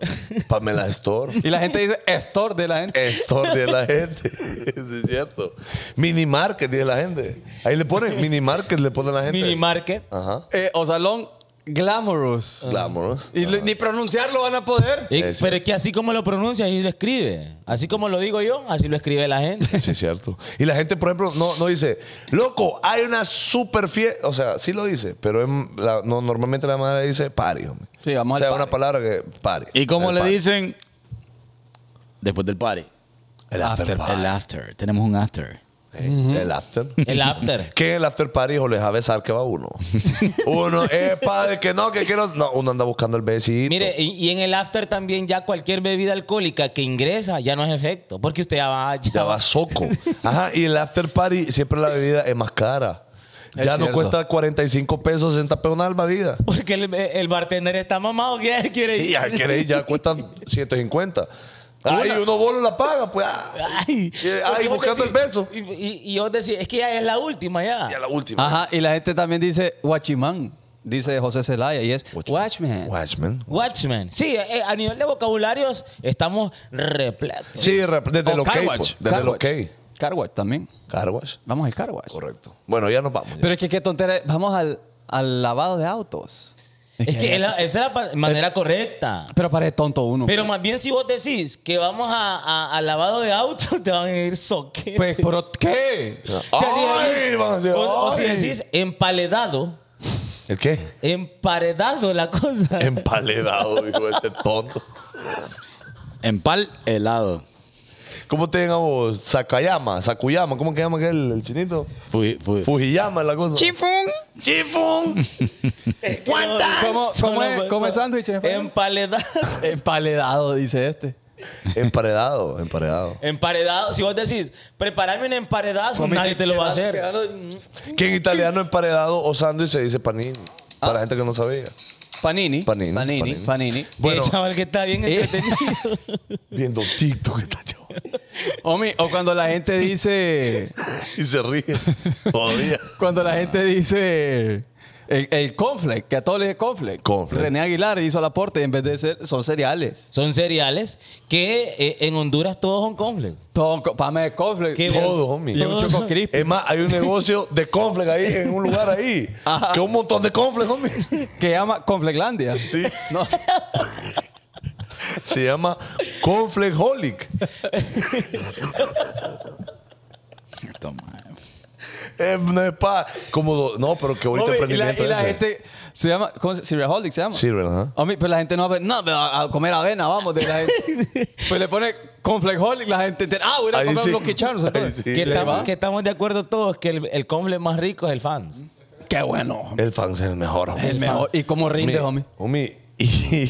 [SPEAKER 1] Pamela Store.
[SPEAKER 2] Y la gente dice store de la gente.
[SPEAKER 1] Store de la gente. sí, es cierto. Mini market, dice la gente. Ahí le ponen mini market, le ponen la gente.
[SPEAKER 3] Mini Market.
[SPEAKER 1] Ajá.
[SPEAKER 2] Eh, o salón glamorous.
[SPEAKER 1] Ah. Glamorous.
[SPEAKER 2] Y le- ni pronunciarlo van a poder.
[SPEAKER 3] Y-
[SPEAKER 1] Ese.
[SPEAKER 3] pero es que así como lo pronuncia, así lo escribe. Así como lo digo yo, así lo escribe la gente.
[SPEAKER 1] Sí, es cierto. Y la gente, por ejemplo, no, no dice, loco, hay una super fiesta. O sea, sí lo dice, pero en la- no, normalmente la madre dice party, homie.
[SPEAKER 2] Sí, vamos
[SPEAKER 1] O sea,
[SPEAKER 2] al
[SPEAKER 1] una
[SPEAKER 2] party.
[SPEAKER 1] palabra que party.
[SPEAKER 4] ¿Y cómo
[SPEAKER 1] El
[SPEAKER 4] le
[SPEAKER 1] party.
[SPEAKER 4] dicen? Después del party.
[SPEAKER 1] El after, party.
[SPEAKER 4] El after. Tenemos un after.
[SPEAKER 1] Eh, El after.
[SPEAKER 3] El after.
[SPEAKER 1] Que el after party, hijo, les a besar que va uno. uno, eh, padre, que no, que quiero. No, uno anda buscando el besito.
[SPEAKER 3] Mire, y, y en el after también ya cualquier bebida alcohólica que ingresa ya no es efecto. Porque usted ya va. Ya,
[SPEAKER 1] Ya va soco. Ajá, y el after party siempre la bebida es más cara.
[SPEAKER 2] Es
[SPEAKER 1] Ya no
[SPEAKER 2] cierto.
[SPEAKER 1] cuesta 45 pesos, 60 pesos una bebida.
[SPEAKER 3] Porque el, el bartender está mamado. ¿Qué quiere ir?
[SPEAKER 1] Y ya queréis, ya cuestan 150. Ay, uno bolo la paga, pues. ah.
[SPEAKER 3] Ay,
[SPEAKER 1] Y- ay,
[SPEAKER 3] Y vos
[SPEAKER 1] buscando el beso.
[SPEAKER 3] Y, y, y vos decís, es que ya es la última ya.
[SPEAKER 1] Y a la última.
[SPEAKER 2] Ah. Ajá, y la gente también dice Watchman, dice José Zelaya, y es Watchman.
[SPEAKER 1] Watchman.
[SPEAKER 3] Watchmen. Sí, eh, a nivel de vocabularios estamos repletos.
[SPEAKER 1] Sí, rep- desde
[SPEAKER 2] O
[SPEAKER 1] lo
[SPEAKER 2] Oh, car
[SPEAKER 1] que.
[SPEAKER 2] wash,
[SPEAKER 1] Desde
[SPEAKER 2] car
[SPEAKER 1] lo
[SPEAKER 2] wash.
[SPEAKER 1] que.
[SPEAKER 2] Car wash también.
[SPEAKER 1] Carwash.
[SPEAKER 2] Vamos al car wash.
[SPEAKER 1] Correcto. Bueno, ya nos vamos. ya.
[SPEAKER 2] Pero es que qué tontera. Vamos al, al lavado de autos.
[SPEAKER 3] Es que es la- esa es la pa- manera correcta.
[SPEAKER 2] Pero parece tonto uno.
[SPEAKER 3] Pero más bien si vos decís que vamos a, a- al lavado de autos, te van a ir soque.
[SPEAKER 2] pues, ¿pero qué?
[SPEAKER 1] Ay, vamos a decir,
[SPEAKER 3] o, o si
[SPEAKER 1] ay.
[SPEAKER 3] decís empaledado,
[SPEAKER 1] ¿El qué?
[SPEAKER 3] emparedado la cosa.
[SPEAKER 1] Empaledado, hijo, este tonto.
[SPEAKER 4] Empal helado.
[SPEAKER 1] ¿Cómo te llamas vos? Sakayama, Sakuyama, ¿cómo que llama aquel, el chinito?
[SPEAKER 4] Fui, fui.
[SPEAKER 1] Fujiyama es la cosa.
[SPEAKER 6] Chifun.
[SPEAKER 1] ¡Chifun!
[SPEAKER 2] ¿Cómo, cómo
[SPEAKER 3] No, no,
[SPEAKER 2] es,
[SPEAKER 3] pues,
[SPEAKER 2] cómo
[SPEAKER 3] no.
[SPEAKER 2] es sándwich? jefe?
[SPEAKER 3] Empaledado.
[SPEAKER 2] Empaledado, dice este.
[SPEAKER 1] Emparedado, emparedado.
[SPEAKER 3] Emparedado. Si vos decís, preparame un emparedado, nadie te lo va a hacer.
[SPEAKER 1] Que en italiano emparedado o sándwich se dice panini. Para la
[SPEAKER 2] Ah.
[SPEAKER 1] gente que no sabía.
[SPEAKER 2] Panini.
[SPEAKER 1] Panini,
[SPEAKER 2] Panini.
[SPEAKER 1] panini.
[SPEAKER 2] Panini.
[SPEAKER 1] Bueno.
[SPEAKER 3] Bueno, chaval que está bien este-
[SPEAKER 2] Eh.
[SPEAKER 3] entretenido.
[SPEAKER 1] Viendo TikTok está chavo.
[SPEAKER 2] Homie, o cuando la gente dice.
[SPEAKER 1] Y se ríe. Todavía.
[SPEAKER 2] Cuando la gente dice. El, el conflict, que a todos les dije conflict.
[SPEAKER 1] Cornflakes.
[SPEAKER 2] René Aguilar hizo el aporte en vez de ser, son cereales.
[SPEAKER 3] Son cereales que eh, en Honduras todos son conflictos.
[SPEAKER 2] Todo, co- pame de conflict.
[SPEAKER 3] Qué
[SPEAKER 1] Todo, homie.
[SPEAKER 2] Y un choco crispy.
[SPEAKER 1] Es más, hay un negocio de conflex ahí, en un lugar ahí.
[SPEAKER 2] Ajá.
[SPEAKER 1] Que un montón de conflex, homie.
[SPEAKER 2] que llama Conflectlandia.
[SPEAKER 1] Sí.
[SPEAKER 2] No.
[SPEAKER 1] Se llama Conflex Holic.
[SPEAKER 4] Toma.
[SPEAKER 1] Eh, no es pa. Como do- no, pero qué bonito
[SPEAKER 2] Homie, y la,
[SPEAKER 1] emprendimiento.
[SPEAKER 2] y la
[SPEAKER 1] ese.
[SPEAKER 2] gente se llama ¿cómo se- Cereal Holding se llama.
[SPEAKER 1] Cereal, ajá.
[SPEAKER 2] Homie, pero la gente no va a ver, no, pero a, a comer avena, vamos de la gente. pues le pone Conflex Holding, la gente entera, ah, voy a ir a
[SPEAKER 1] Ahí
[SPEAKER 2] comer
[SPEAKER 1] sí.
[SPEAKER 2] unos quichanos.
[SPEAKER 1] Ahí
[SPEAKER 2] ¿sabes?
[SPEAKER 1] sí.
[SPEAKER 3] Que
[SPEAKER 1] ¿Y le
[SPEAKER 3] estamos,
[SPEAKER 1] va?
[SPEAKER 3] que estamos de acuerdo todos que el, el confle más rico es el fans.
[SPEAKER 2] Qué bueno.
[SPEAKER 1] El fan es el mejor, homie.
[SPEAKER 2] El mejor. ¿Y cómo rinde, homie?
[SPEAKER 1] Homie. Y,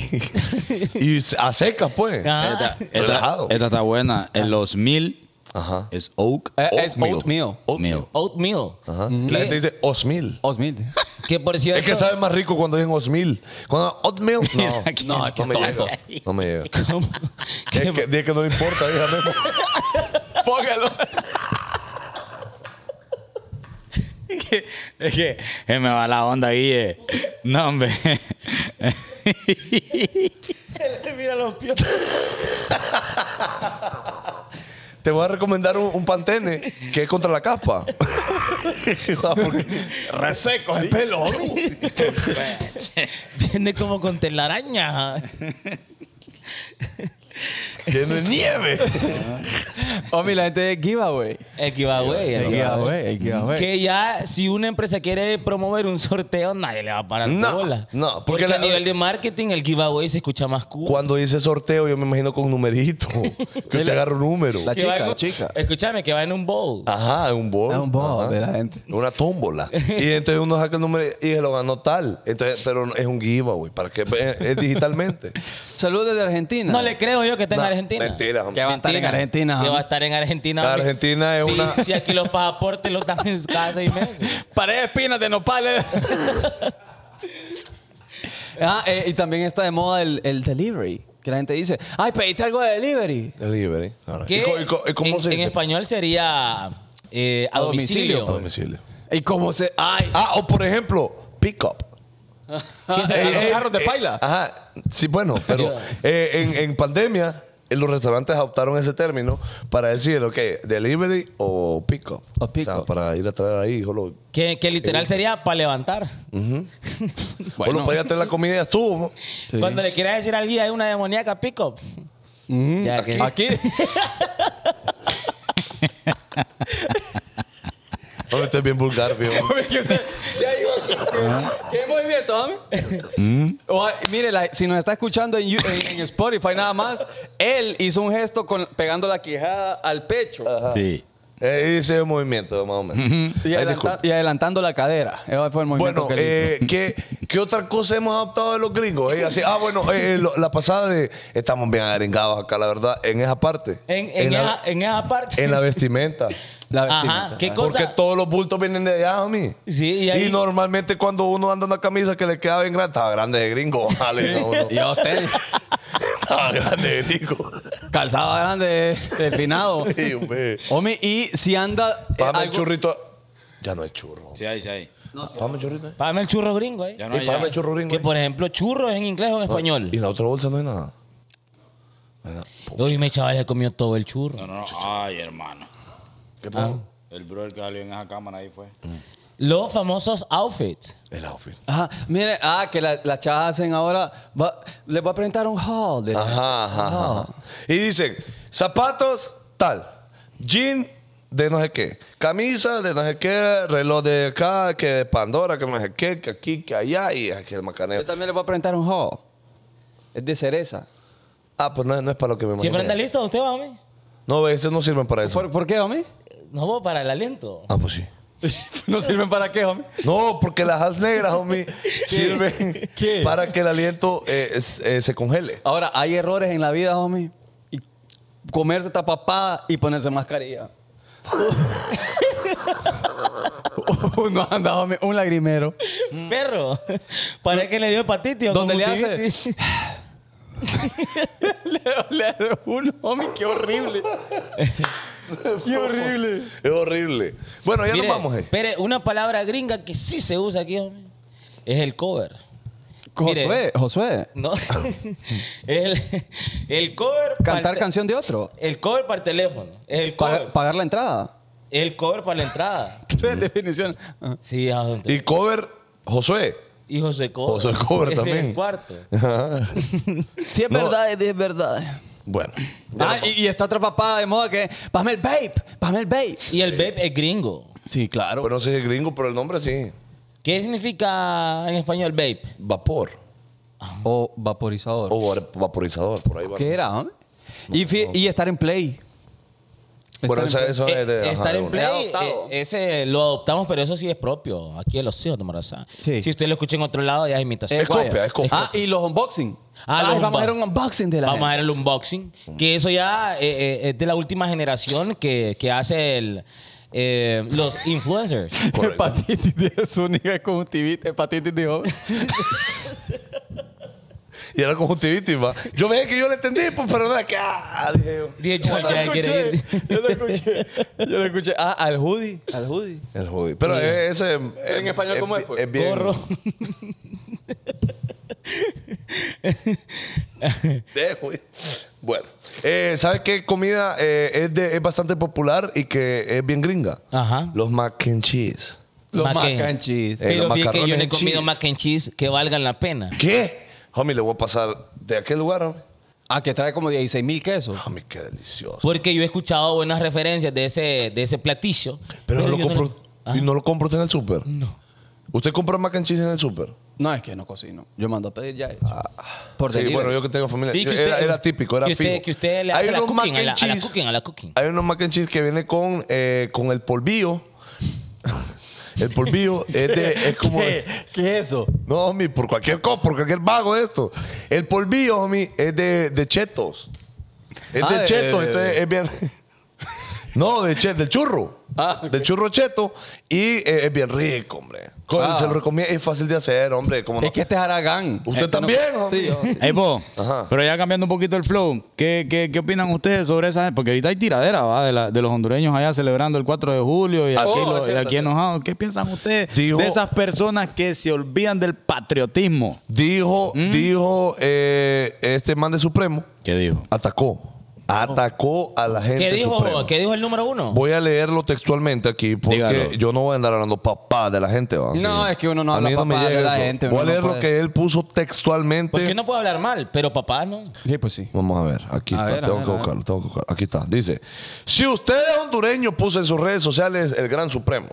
[SPEAKER 1] y a secas, pues.
[SPEAKER 3] Ah.
[SPEAKER 1] Relajado.
[SPEAKER 4] Esta, esta está buena. En los mil
[SPEAKER 1] Ajá.
[SPEAKER 4] es oak.
[SPEAKER 2] Eh, es oatmeal.
[SPEAKER 1] Oatmeal.
[SPEAKER 3] Oatmeal.
[SPEAKER 1] Ajá.
[SPEAKER 2] Mm.
[SPEAKER 1] La gente dice osmil.
[SPEAKER 2] Oatmeal.
[SPEAKER 3] Que por cierto.
[SPEAKER 1] Es que sabe más rico cuando dicen osmil. Cuando oatmeal, no.
[SPEAKER 4] Mira, qué
[SPEAKER 1] No, es que no me
[SPEAKER 4] tonto.
[SPEAKER 1] llega. No me llega. Es que, de que no le importa, dígame.
[SPEAKER 2] Póngalo.
[SPEAKER 4] Es que eh, me va la onda, Guille. No, hombre.
[SPEAKER 3] Mira los pies.
[SPEAKER 1] Te voy a recomendar un, un pantene que es contra la caspa. Reseco el pelo.
[SPEAKER 3] Viene como con telaraña.
[SPEAKER 1] Lleno de nieve.
[SPEAKER 2] Homie, la gente de giveaway.
[SPEAKER 3] El giveaway. El
[SPEAKER 2] El
[SPEAKER 3] giveaway.
[SPEAKER 2] giveaway, el giveaway.
[SPEAKER 3] Que ya, si una empresa quiere promover un sorteo, nadie le va a parar
[SPEAKER 1] No,
[SPEAKER 3] bola.
[SPEAKER 1] no, porque
[SPEAKER 3] porque, a
[SPEAKER 1] la-
[SPEAKER 3] nivel de marketing, el giveaway se escucha más cool.
[SPEAKER 1] Cuando dice sorteo, yo me imagino con numerito. Que usted agarra un número.
[SPEAKER 2] La
[SPEAKER 3] Que va
[SPEAKER 2] chica,
[SPEAKER 3] en-
[SPEAKER 2] chica.
[SPEAKER 3] Escúchame, que va en un bowl.
[SPEAKER 1] Ajá, un bol.
[SPEAKER 2] Es Ah, un bobo
[SPEAKER 1] Ajá.
[SPEAKER 2] de la gente.
[SPEAKER 1] Una tómbola. Y entonces uno saca el número y se lo ganó tal. Entonces, pero es un giveaway. ¿Para qué? Es, es digitalmente.
[SPEAKER 2] Saludos desde Argentina.
[SPEAKER 3] No le creo yo que está
[SPEAKER 1] No,
[SPEAKER 3] en Argentina.
[SPEAKER 1] Mentira. hombre.
[SPEAKER 2] Que va a estar en Argentina.
[SPEAKER 3] Que va a
[SPEAKER 2] homie.
[SPEAKER 3] estar en Argentina.
[SPEAKER 1] La
[SPEAKER 3] hombre.
[SPEAKER 1] Argentina es
[SPEAKER 3] Sí,
[SPEAKER 1] una-
[SPEAKER 3] Si aquí los pasaportes los dan en cada seis meses.
[SPEAKER 2] Pared de espinas de nopales. ah, eh, y también está de moda el, el delivery. Que la gente dice, ay, pediste algo de delivery.
[SPEAKER 1] Delivery. All right.
[SPEAKER 3] Que
[SPEAKER 1] ¿Y co- y co- y cómo
[SPEAKER 3] en,
[SPEAKER 1] se
[SPEAKER 3] en
[SPEAKER 1] dice?
[SPEAKER 3] español sería eh, a
[SPEAKER 2] A domicilio. pues.
[SPEAKER 1] A
[SPEAKER 3] domicilio.
[SPEAKER 1] domicilio.
[SPEAKER 2] Y como se. Ay,
[SPEAKER 1] Ah, o por ejemplo, pick up.
[SPEAKER 2] ¿quién se
[SPEAKER 1] Eh,
[SPEAKER 2] los
[SPEAKER 1] eh,
[SPEAKER 2] carros de
[SPEAKER 1] eh,
[SPEAKER 2] paila?
[SPEAKER 1] Ajá, sí, bueno, pero eh, en, en pandemia eh, los restaurantes adoptaron ese término para decir, ok, delivery o pick up.
[SPEAKER 2] O pick
[SPEAKER 1] O sea,
[SPEAKER 2] up.
[SPEAKER 1] para ir a traer ahí, solo,
[SPEAKER 3] Que, que
[SPEAKER 1] Eh.
[SPEAKER 3] literal sería para levantar.
[SPEAKER 1] solo para ir a traer la comida ya estuvo. ¿no?
[SPEAKER 2] Sí.
[SPEAKER 3] Cuando le quieras decir a alguien hay una demoníaca, pick up.
[SPEAKER 1] Mm.
[SPEAKER 3] Ya que-
[SPEAKER 2] Aquí.
[SPEAKER 1] No, esto es bien vulgar, viejo.
[SPEAKER 2] ¿Qué, usted- ya digo, ¿qué- qué movimiento, hombre? O, ay, mire, la- si nos está escuchando en, You- en- en Spotify nada más, él hizo un gesto con, pegando la quijada al pecho
[SPEAKER 4] Sí.
[SPEAKER 1] Eh, ese es el movimiento, más o menos.
[SPEAKER 2] y,
[SPEAKER 1] Ay,
[SPEAKER 2] adelanta-
[SPEAKER 1] disculpa.
[SPEAKER 2] y adelantando la cadera. Ese fue el movimiento
[SPEAKER 1] Bueno,
[SPEAKER 2] que él hizo.
[SPEAKER 1] eh, ¿qué, ¿qué otra cosa hemos adaptado de los gringos? Eh, así, ah, bueno, eh, lo- la pasada de... Estamos bien agringados acá, la verdad, en esa parte.
[SPEAKER 3] En, en
[SPEAKER 1] la, Eh,
[SPEAKER 3] esa, en esa parte.
[SPEAKER 1] en la vestimenta.
[SPEAKER 2] La
[SPEAKER 3] Ajá.
[SPEAKER 2] vestimenta.
[SPEAKER 3] ¿Qué
[SPEAKER 1] Porque
[SPEAKER 3] cosa?
[SPEAKER 1] todos los bultos vienen de allá, homie.
[SPEAKER 3] Sí, y
[SPEAKER 1] y,
[SPEAKER 3] ahí-
[SPEAKER 1] normalmente cuando uno anda una camisa que le queda bien grande, estaba grande de gringo, vale. no, uno.
[SPEAKER 2] Y a usted,
[SPEAKER 1] Estaba grande de gringo.
[SPEAKER 2] calzado grande, eh, definado.
[SPEAKER 1] Sí,
[SPEAKER 3] Eh,
[SPEAKER 1] hombre.
[SPEAKER 2] Homie, y si anda. eh,
[SPEAKER 1] Págame el
[SPEAKER 2] algo-
[SPEAKER 1] churrito. Ya no es churro.
[SPEAKER 4] Sí, ahí, sí, ahí.
[SPEAKER 1] Págame el churrito. eh.
[SPEAKER 3] Págame el churro gringo ahí.
[SPEAKER 4] Ya no
[SPEAKER 1] Y
[SPEAKER 4] hay.
[SPEAKER 1] págame
[SPEAKER 4] ya.
[SPEAKER 1] el churro gringo.
[SPEAKER 3] Que
[SPEAKER 1] eh.
[SPEAKER 3] por ejemplo, churro es en inglés o en español.
[SPEAKER 1] Ah, Y en la otra bolsa no hay nada. No hay nada. Puh,
[SPEAKER 3] Hoy me chaval se comió todo el churro.
[SPEAKER 4] No, no, no. Ay, hermano.
[SPEAKER 1] ¿Qué
[SPEAKER 3] Ah.
[SPEAKER 1] pongo?
[SPEAKER 4] El brother que salió en esa cámara ahí fue.
[SPEAKER 1] Mm.
[SPEAKER 3] Los famosos outfits.
[SPEAKER 1] El outfit.
[SPEAKER 2] Ajá, mire, ah, que la- las chavas hacen ahora. va- les voy a presentar un haul. de-
[SPEAKER 1] Ajá, ajá, ajá. Y dicen, zapatos, tal. Jean de no sé qué. Camisa de no sé qué. Reloj de acá, que de Pandora, que no sé qué, que aquí, que allá. Y aquí el macaneo.
[SPEAKER 2] Yo también les voy a presentar un haul. Es de cereza.
[SPEAKER 1] Ah, pues no, no es para lo que me imaginé.
[SPEAKER 3] ¿Siempre anda listo usted, mami?
[SPEAKER 1] No, esos no sirven para eso.
[SPEAKER 2] ¿Por, por qué, homie?
[SPEAKER 3] No, vos, para el aliento.
[SPEAKER 1] Ah, pues sí.
[SPEAKER 2] ¿No sirven para qué, homie?
[SPEAKER 1] No, porque las as negras, homie, sirven para que el aliento eh, es- eh, se congele.
[SPEAKER 2] Ahora, hay errores en la vida, homie. Y comerse tapapada y ponerse mascarilla. Uno anda, homie, un lagrimero.
[SPEAKER 3] Perro. Parece que le dio hepatitis. o
[SPEAKER 2] ¿Dónde le hace?
[SPEAKER 3] conjuntivitis.
[SPEAKER 2] le, le- le- uno, homie, qué horrible.
[SPEAKER 1] Qué horrible. Es horrible. Bueno, ya
[SPEAKER 3] Mire,
[SPEAKER 1] nos vamos, eh.
[SPEAKER 3] Espere, una palabra gringa que sí se usa aquí, hombre. es el cover. Mire.
[SPEAKER 2] Josué, Josué,
[SPEAKER 3] No. el, el cover. pa'l
[SPEAKER 2] cantar
[SPEAKER 3] te-
[SPEAKER 2] canción de otro.
[SPEAKER 3] El cover para el teléfono. Es el
[SPEAKER 2] Pa-
[SPEAKER 3] cover.
[SPEAKER 2] pagar la entrada.
[SPEAKER 3] Es el cover para la entrada.
[SPEAKER 2] Tres definiciones. Ajá.
[SPEAKER 3] Sí, ¿a dónde?
[SPEAKER 1] Y cover, Josué.
[SPEAKER 3] Y José Cover.
[SPEAKER 1] José Cover
[SPEAKER 3] Ese es
[SPEAKER 1] también.
[SPEAKER 3] el cuarto.
[SPEAKER 2] Si es
[SPEAKER 1] No.
[SPEAKER 2] verdad, es de verdad.
[SPEAKER 1] Bueno.
[SPEAKER 2] Ah, y, y está otra papada de moda que. Pásame el vape, pásame el vape.
[SPEAKER 3] Y el vape es gringo.
[SPEAKER 2] Sí, claro.
[SPEAKER 1] Pues no sé si es gringo, pero el nombre sí.
[SPEAKER 3] ¿Qué significa en español vape?
[SPEAKER 1] Vapor.
[SPEAKER 2] o vaporizador.
[SPEAKER 1] O va- vaporizador, por ahí va.
[SPEAKER 2] ¿Qué era, hombre? Y, fi- y estar en play.
[SPEAKER 1] Bueno,
[SPEAKER 2] Estar
[SPEAKER 1] esa- eso
[SPEAKER 2] en
[SPEAKER 3] Eh,
[SPEAKER 1] es de. ajá,
[SPEAKER 3] estar
[SPEAKER 1] de
[SPEAKER 3] en
[SPEAKER 1] una.
[SPEAKER 3] play,
[SPEAKER 2] Adoptado.
[SPEAKER 3] eh, ese lo adoptamos, pero eso sí es propio. Aquí en los hijos de Morazán.
[SPEAKER 2] Sí.
[SPEAKER 3] Si usted lo escucha en otro lado, ya es imitación.
[SPEAKER 1] Es
[SPEAKER 2] play.
[SPEAKER 1] copia, es copia.
[SPEAKER 2] Ah, y los unboxing.
[SPEAKER 3] Ah, los
[SPEAKER 2] Ay, vamos a
[SPEAKER 3] unboxing.
[SPEAKER 2] hacer un unboxing de la.
[SPEAKER 3] Vamos a
[SPEAKER 2] gente.
[SPEAKER 3] ver el unboxing. Que eso ya eh, eh, es de la última generación que, que hace el, eh, los influencers.
[SPEAKER 1] Correcto.
[SPEAKER 2] Hepatitis de su única conjuntivitis, hepatitis de joven.
[SPEAKER 1] Y era conjuntivitis, va. Yo veía que yo le entendí, pues, pero no era que. Ah, dije yo.
[SPEAKER 3] Dije, "Chao,
[SPEAKER 2] Yo
[SPEAKER 3] ya
[SPEAKER 2] lo
[SPEAKER 3] quiere ir".
[SPEAKER 2] escuché, Yo lo escuché. Yo lo escuché. Ah, al hoodie. Al hoodie.
[SPEAKER 1] El judío. Pero es- ese. ¿En
[SPEAKER 2] español cómo es, pues?
[SPEAKER 1] Es bien.
[SPEAKER 3] Gorro.
[SPEAKER 1] De judío. Bueno. Eh, ¿Sabes qué comida eh, es, de- es bastante popular y que es bien gringa?
[SPEAKER 3] Ajá.
[SPEAKER 1] Los mac and cheese.
[SPEAKER 2] Los
[SPEAKER 3] Mac and-
[SPEAKER 2] mac and cheese.
[SPEAKER 1] Eh,
[SPEAKER 3] Pero
[SPEAKER 1] los
[SPEAKER 3] vi que yo
[SPEAKER 1] macarrones
[SPEAKER 3] le he
[SPEAKER 1] en
[SPEAKER 3] comido
[SPEAKER 1] cheese.
[SPEAKER 3] mac and cheese que valgan la pena.
[SPEAKER 1] ¿Qué? Homie, le voy a pasar de aquel lugar. homie.
[SPEAKER 2] Ah, que trae como 16 mil quesos.
[SPEAKER 1] Homie, qué delicioso.
[SPEAKER 3] Porque yo he escuchado buenas referencias de ese, de ese platillo.
[SPEAKER 1] Pero, lo
[SPEAKER 3] yo no Ah.
[SPEAKER 1] compro.
[SPEAKER 3] Ajá.
[SPEAKER 1] ¿Y no lo compro usted en el súper? No. ¿Usted compra mac and cheese en el súper?
[SPEAKER 2] No, es que no cocino. Yo mando a pedir ya hecho. Ah, Por
[SPEAKER 1] sí,
[SPEAKER 2] delivery.
[SPEAKER 1] bueno, yo que tengo familia.
[SPEAKER 3] Sí, que
[SPEAKER 1] yo-
[SPEAKER 3] usted-
[SPEAKER 1] era, era típico, era
[SPEAKER 3] que usted,
[SPEAKER 1] fijo.
[SPEAKER 3] Que usted le
[SPEAKER 1] Hay
[SPEAKER 3] hace la
[SPEAKER 1] unos mac
[SPEAKER 3] cooking, a
[SPEAKER 1] and
[SPEAKER 3] la, a la
[SPEAKER 1] cheese-
[SPEAKER 3] cooking, a la cooking.
[SPEAKER 1] Hay unos mac and cheese que viene con, eh, con el polvillo. El polvillo es, de- es como.
[SPEAKER 2] ¿Qué es eso?
[SPEAKER 1] No, homie, por cualquier cosa, por cualquier vago esto. El polvillo, homie, es de, de chetos. Es
[SPEAKER 2] Ah,
[SPEAKER 1] de
[SPEAKER 2] de-
[SPEAKER 1] chetos,
[SPEAKER 2] de-
[SPEAKER 1] entonces es bien. No, de che- del churro.
[SPEAKER 2] Ah, ok.
[SPEAKER 1] Del churro cheto. Y eh, es bien rico, hombre. Con-
[SPEAKER 2] Ah.
[SPEAKER 1] Se lo recomiendo, es fácil de hacer, hombre. Como no.
[SPEAKER 2] Es que este es Aragán.
[SPEAKER 1] Usted
[SPEAKER 2] Este no-
[SPEAKER 1] también, homie.
[SPEAKER 2] Sí, yo-
[SPEAKER 4] Ey, po,
[SPEAKER 1] Ajá.
[SPEAKER 4] pero ya cambiando un poquito el flow, ¿qué, qué, qué opinan ustedes sobre esa? Porque ahorita hay tiradera ¿va? De, la- de los hondureños allá celebrando el 4 de julio y aquí,
[SPEAKER 1] Ah, sí,
[SPEAKER 4] lo-
[SPEAKER 1] es
[SPEAKER 4] y
[SPEAKER 1] cierto,
[SPEAKER 4] aquí enojados. ¿Qué piensan ustedes
[SPEAKER 1] Dijo-
[SPEAKER 4] de esas personas que se olvidan del patriotismo?
[SPEAKER 1] Dijo,
[SPEAKER 2] Mm.
[SPEAKER 1] dijo eh, este man de Supremo,
[SPEAKER 4] ¿Qué dijo?
[SPEAKER 1] atacó.
[SPEAKER 2] Oh.
[SPEAKER 1] Atacó a la gente.
[SPEAKER 3] ¿Qué dijo,
[SPEAKER 1] Suprema.
[SPEAKER 3] ¿Qué dijo el número uno?
[SPEAKER 1] Voy a leerlo textualmente aquí porque
[SPEAKER 4] Dígalo.
[SPEAKER 1] yo no voy a andar hablando papá de la gente. ¿va?
[SPEAKER 2] No, es que uno no
[SPEAKER 1] A
[SPEAKER 2] habla
[SPEAKER 1] mí me
[SPEAKER 2] papá de
[SPEAKER 1] llega
[SPEAKER 2] la
[SPEAKER 1] eso.
[SPEAKER 2] gente,
[SPEAKER 1] Voy a
[SPEAKER 2] uno no
[SPEAKER 1] leer lo
[SPEAKER 2] puede.
[SPEAKER 1] que él puso textualmente.
[SPEAKER 3] Porque no puedo hablar mal, pero papá no.
[SPEAKER 2] Sí, pues sí.
[SPEAKER 1] Vamos a ver, aquí
[SPEAKER 2] A
[SPEAKER 1] está,
[SPEAKER 2] ver, a
[SPEAKER 1] tengo
[SPEAKER 2] ver,
[SPEAKER 1] que
[SPEAKER 2] a ver.
[SPEAKER 1] buscarlo, tengo que buscarlo. Aquí está, dice, si usted es hondureño, puso en sus redes sociales el Gran Supremo.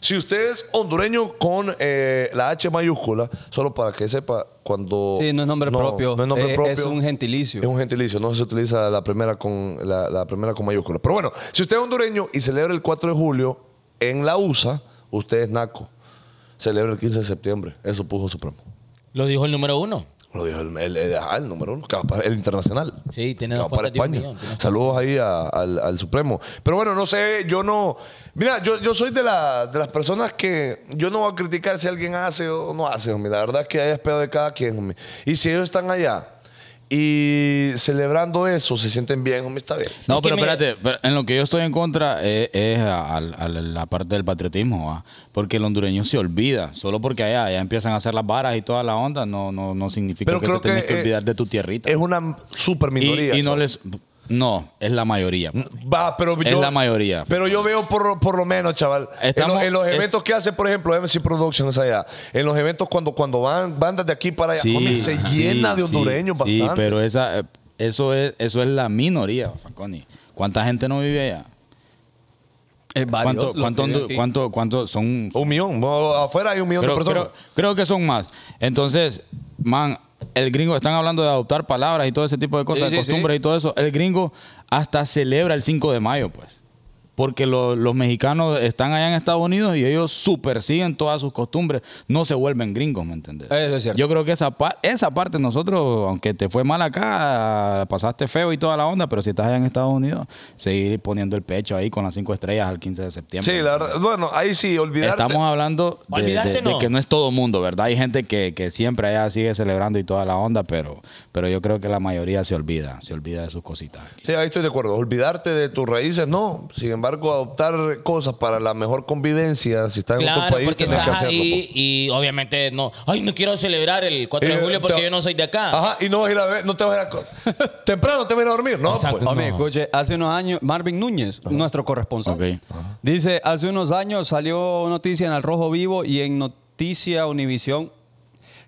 [SPEAKER 1] Si usted es hondureño con eh, la H mayúscula, solo para que sepa cuando...
[SPEAKER 2] Sí, no es nombre propio,
[SPEAKER 1] no es nombre
[SPEAKER 2] eh,
[SPEAKER 1] propio.
[SPEAKER 2] es un gentilicio.
[SPEAKER 1] Es un gentilicio, no se utiliza la primera con, la, la primera con mayúscula. Pero bueno, si usted es hondureño y celebra el 4 de julio en la USA, usted es naco. Celebra el 15 de septiembre, eso puso Supremo.
[SPEAKER 3] Lo dijo el número uno.
[SPEAKER 1] Lo dijo el, el- el- ajá, el número uno, capaz, el internacional.
[SPEAKER 3] Sí, tiene dos
[SPEAKER 1] Capaz para
[SPEAKER 3] cuentas de un
[SPEAKER 1] España.
[SPEAKER 3] millón, tiene-
[SPEAKER 1] Saludos ahí a- al, al Supremo. Pero bueno, no sé, yo no. Mira, yo, yo soy de, la- de las personas que yo no voy a criticar si alguien hace o no hace, homie. La verdad es que hay espero de cada quien, homie. Y si ellos están allá y celebrando eso, se sienten bien, homie, está bien.
[SPEAKER 4] No,
[SPEAKER 3] Es que
[SPEAKER 4] pero
[SPEAKER 3] mira-
[SPEAKER 4] espérate, pero en lo que yo estoy en contra eh, es, a, a- a la parte del patriotismo, ¿va? porque el hondureño se olvida, solo porque allá, allá empiezan a hacer las varas y toda la onda, no, no, no significa
[SPEAKER 1] Pero
[SPEAKER 4] que
[SPEAKER 1] creo
[SPEAKER 4] te tenés
[SPEAKER 1] que,
[SPEAKER 4] que
[SPEAKER 1] eh,
[SPEAKER 4] olvidar de tu tierrita.
[SPEAKER 1] Es una super minoría.
[SPEAKER 4] y, y no
[SPEAKER 1] ¿sabes?
[SPEAKER 4] les... No, es la mayoría.
[SPEAKER 1] Va, pero
[SPEAKER 4] Es
[SPEAKER 1] yo,
[SPEAKER 4] la mayoría.
[SPEAKER 1] Pero yo veo por, por lo menos, chaval. en,
[SPEAKER 4] Estamos-
[SPEAKER 1] los, en los
[SPEAKER 4] es-
[SPEAKER 1] eventos que hace, por ejemplo, MC Productions allá. En los eventos cuando, cuando van bandas de aquí para allá, homie, se
[SPEAKER 4] sí,
[SPEAKER 1] llena de
[SPEAKER 4] sí,
[SPEAKER 1] hondureños
[SPEAKER 4] sí,
[SPEAKER 1] bastante.
[SPEAKER 4] pero esa, eh, eso, es, eso es la minoría, Fanconi. ¿Cuánta gente no vive allá?
[SPEAKER 2] Es
[SPEAKER 4] ¿Cuánto,
[SPEAKER 2] Eh, varios. los
[SPEAKER 4] cuánto,
[SPEAKER 2] que
[SPEAKER 4] hondu-
[SPEAKER 2] viven aquí.
[SPEAKER 4] cuánto, cuánto son?
[SPEAKER 1] Un millón. no, afuera hay un millón
[SPEAKER 4] Creo,
[SPEAKER 1] de personas.
[SPEAKER 4] creo- creo que son más. Entonces, man, el gringo, están hablando de adoptar palabras y todo ese tipo de cosas,
[SPEAKER 2] Sí,
[SPEAKER 4] de
[SPEAKER 2] sí,
[SPEAKER 4] costumbres
[SPEAKER 2] sí.
[SPEAKER 4] y todo eso. El gringo hasta celebra el 5 de mayo, pues. Porque lo- los mexicanos están allá en Estados Unidos y ellos super siguen todas sus costumbres. No se vuelven gringos, ¿me entendés?
[SPEAKER 2] Eso es cierto.
[SPEAKER 4] Yo creo que esa, pa- esa parte nosotros, aunque te fue mal acá, la pasaste feo y toda la onda, pero si estás allá en Estados Unidos, seguir poniendo el pecho ahí con las cinco estrellas al 15 de septiembre.
[SPEAKER 1] Sí, la verdad. Bueno, ahí sí, olvidarte.
[SPEAKER 4] Estamos hablando de,
[SPEAKER 3] Olvidarte
[SPEAKER 4] de- de
[SPEAKER 3] no.
[SPEAKER 4] que no es todo mundo, ¿verdad? Hay gente que, que siempre allá sigue celebrando y toda la onda, pero, pero yo creo que la mayoría se olvida, se olvida de sus cositas.
[SPEAKER 1] Sí, ahí estoy de acuerdo. Olvidarte de tus raíces, no. Sin embargo, adoptar cosas para la mejor convivencia, si estás en otro
[SPEAKER 3] Claro,
[SPEAKER 1] país,
[SPEAKER 3] porque
[SPEAKER 1] tenés que
[SPEAKER 3] estás
[SPEAKER 1] hacerlo. pues.
[SPEAKER 3] ahí y obviamente no. Ay, no quiero celebrar el 4 de
[SPEAKER 1] Eh,
[SPEAKER 3] julio porque
[SPEAKER 1] te-
[SPEAKER 3] yo no soy de acá.
[SPEAKER 1] Ajá, y no vas a ir a ver, no te vas a ir a. co- Temprano te vas a ir a dormir, ¿no?
[SPEAKER 3] Exacto.
[SPEAKER 1] pues.
[SPEAKER 2] Hombre,
[SPEAKER 3] No.
[SPEAKER 2] escuche, hace unos años, Marvin Núñez, nuestro corresponsal,
[SPEAKER 4] Ok.
[SPEAKER 2] dice, hace unos años salió noticia en Al Rojo Vivo y en Noticia Univisión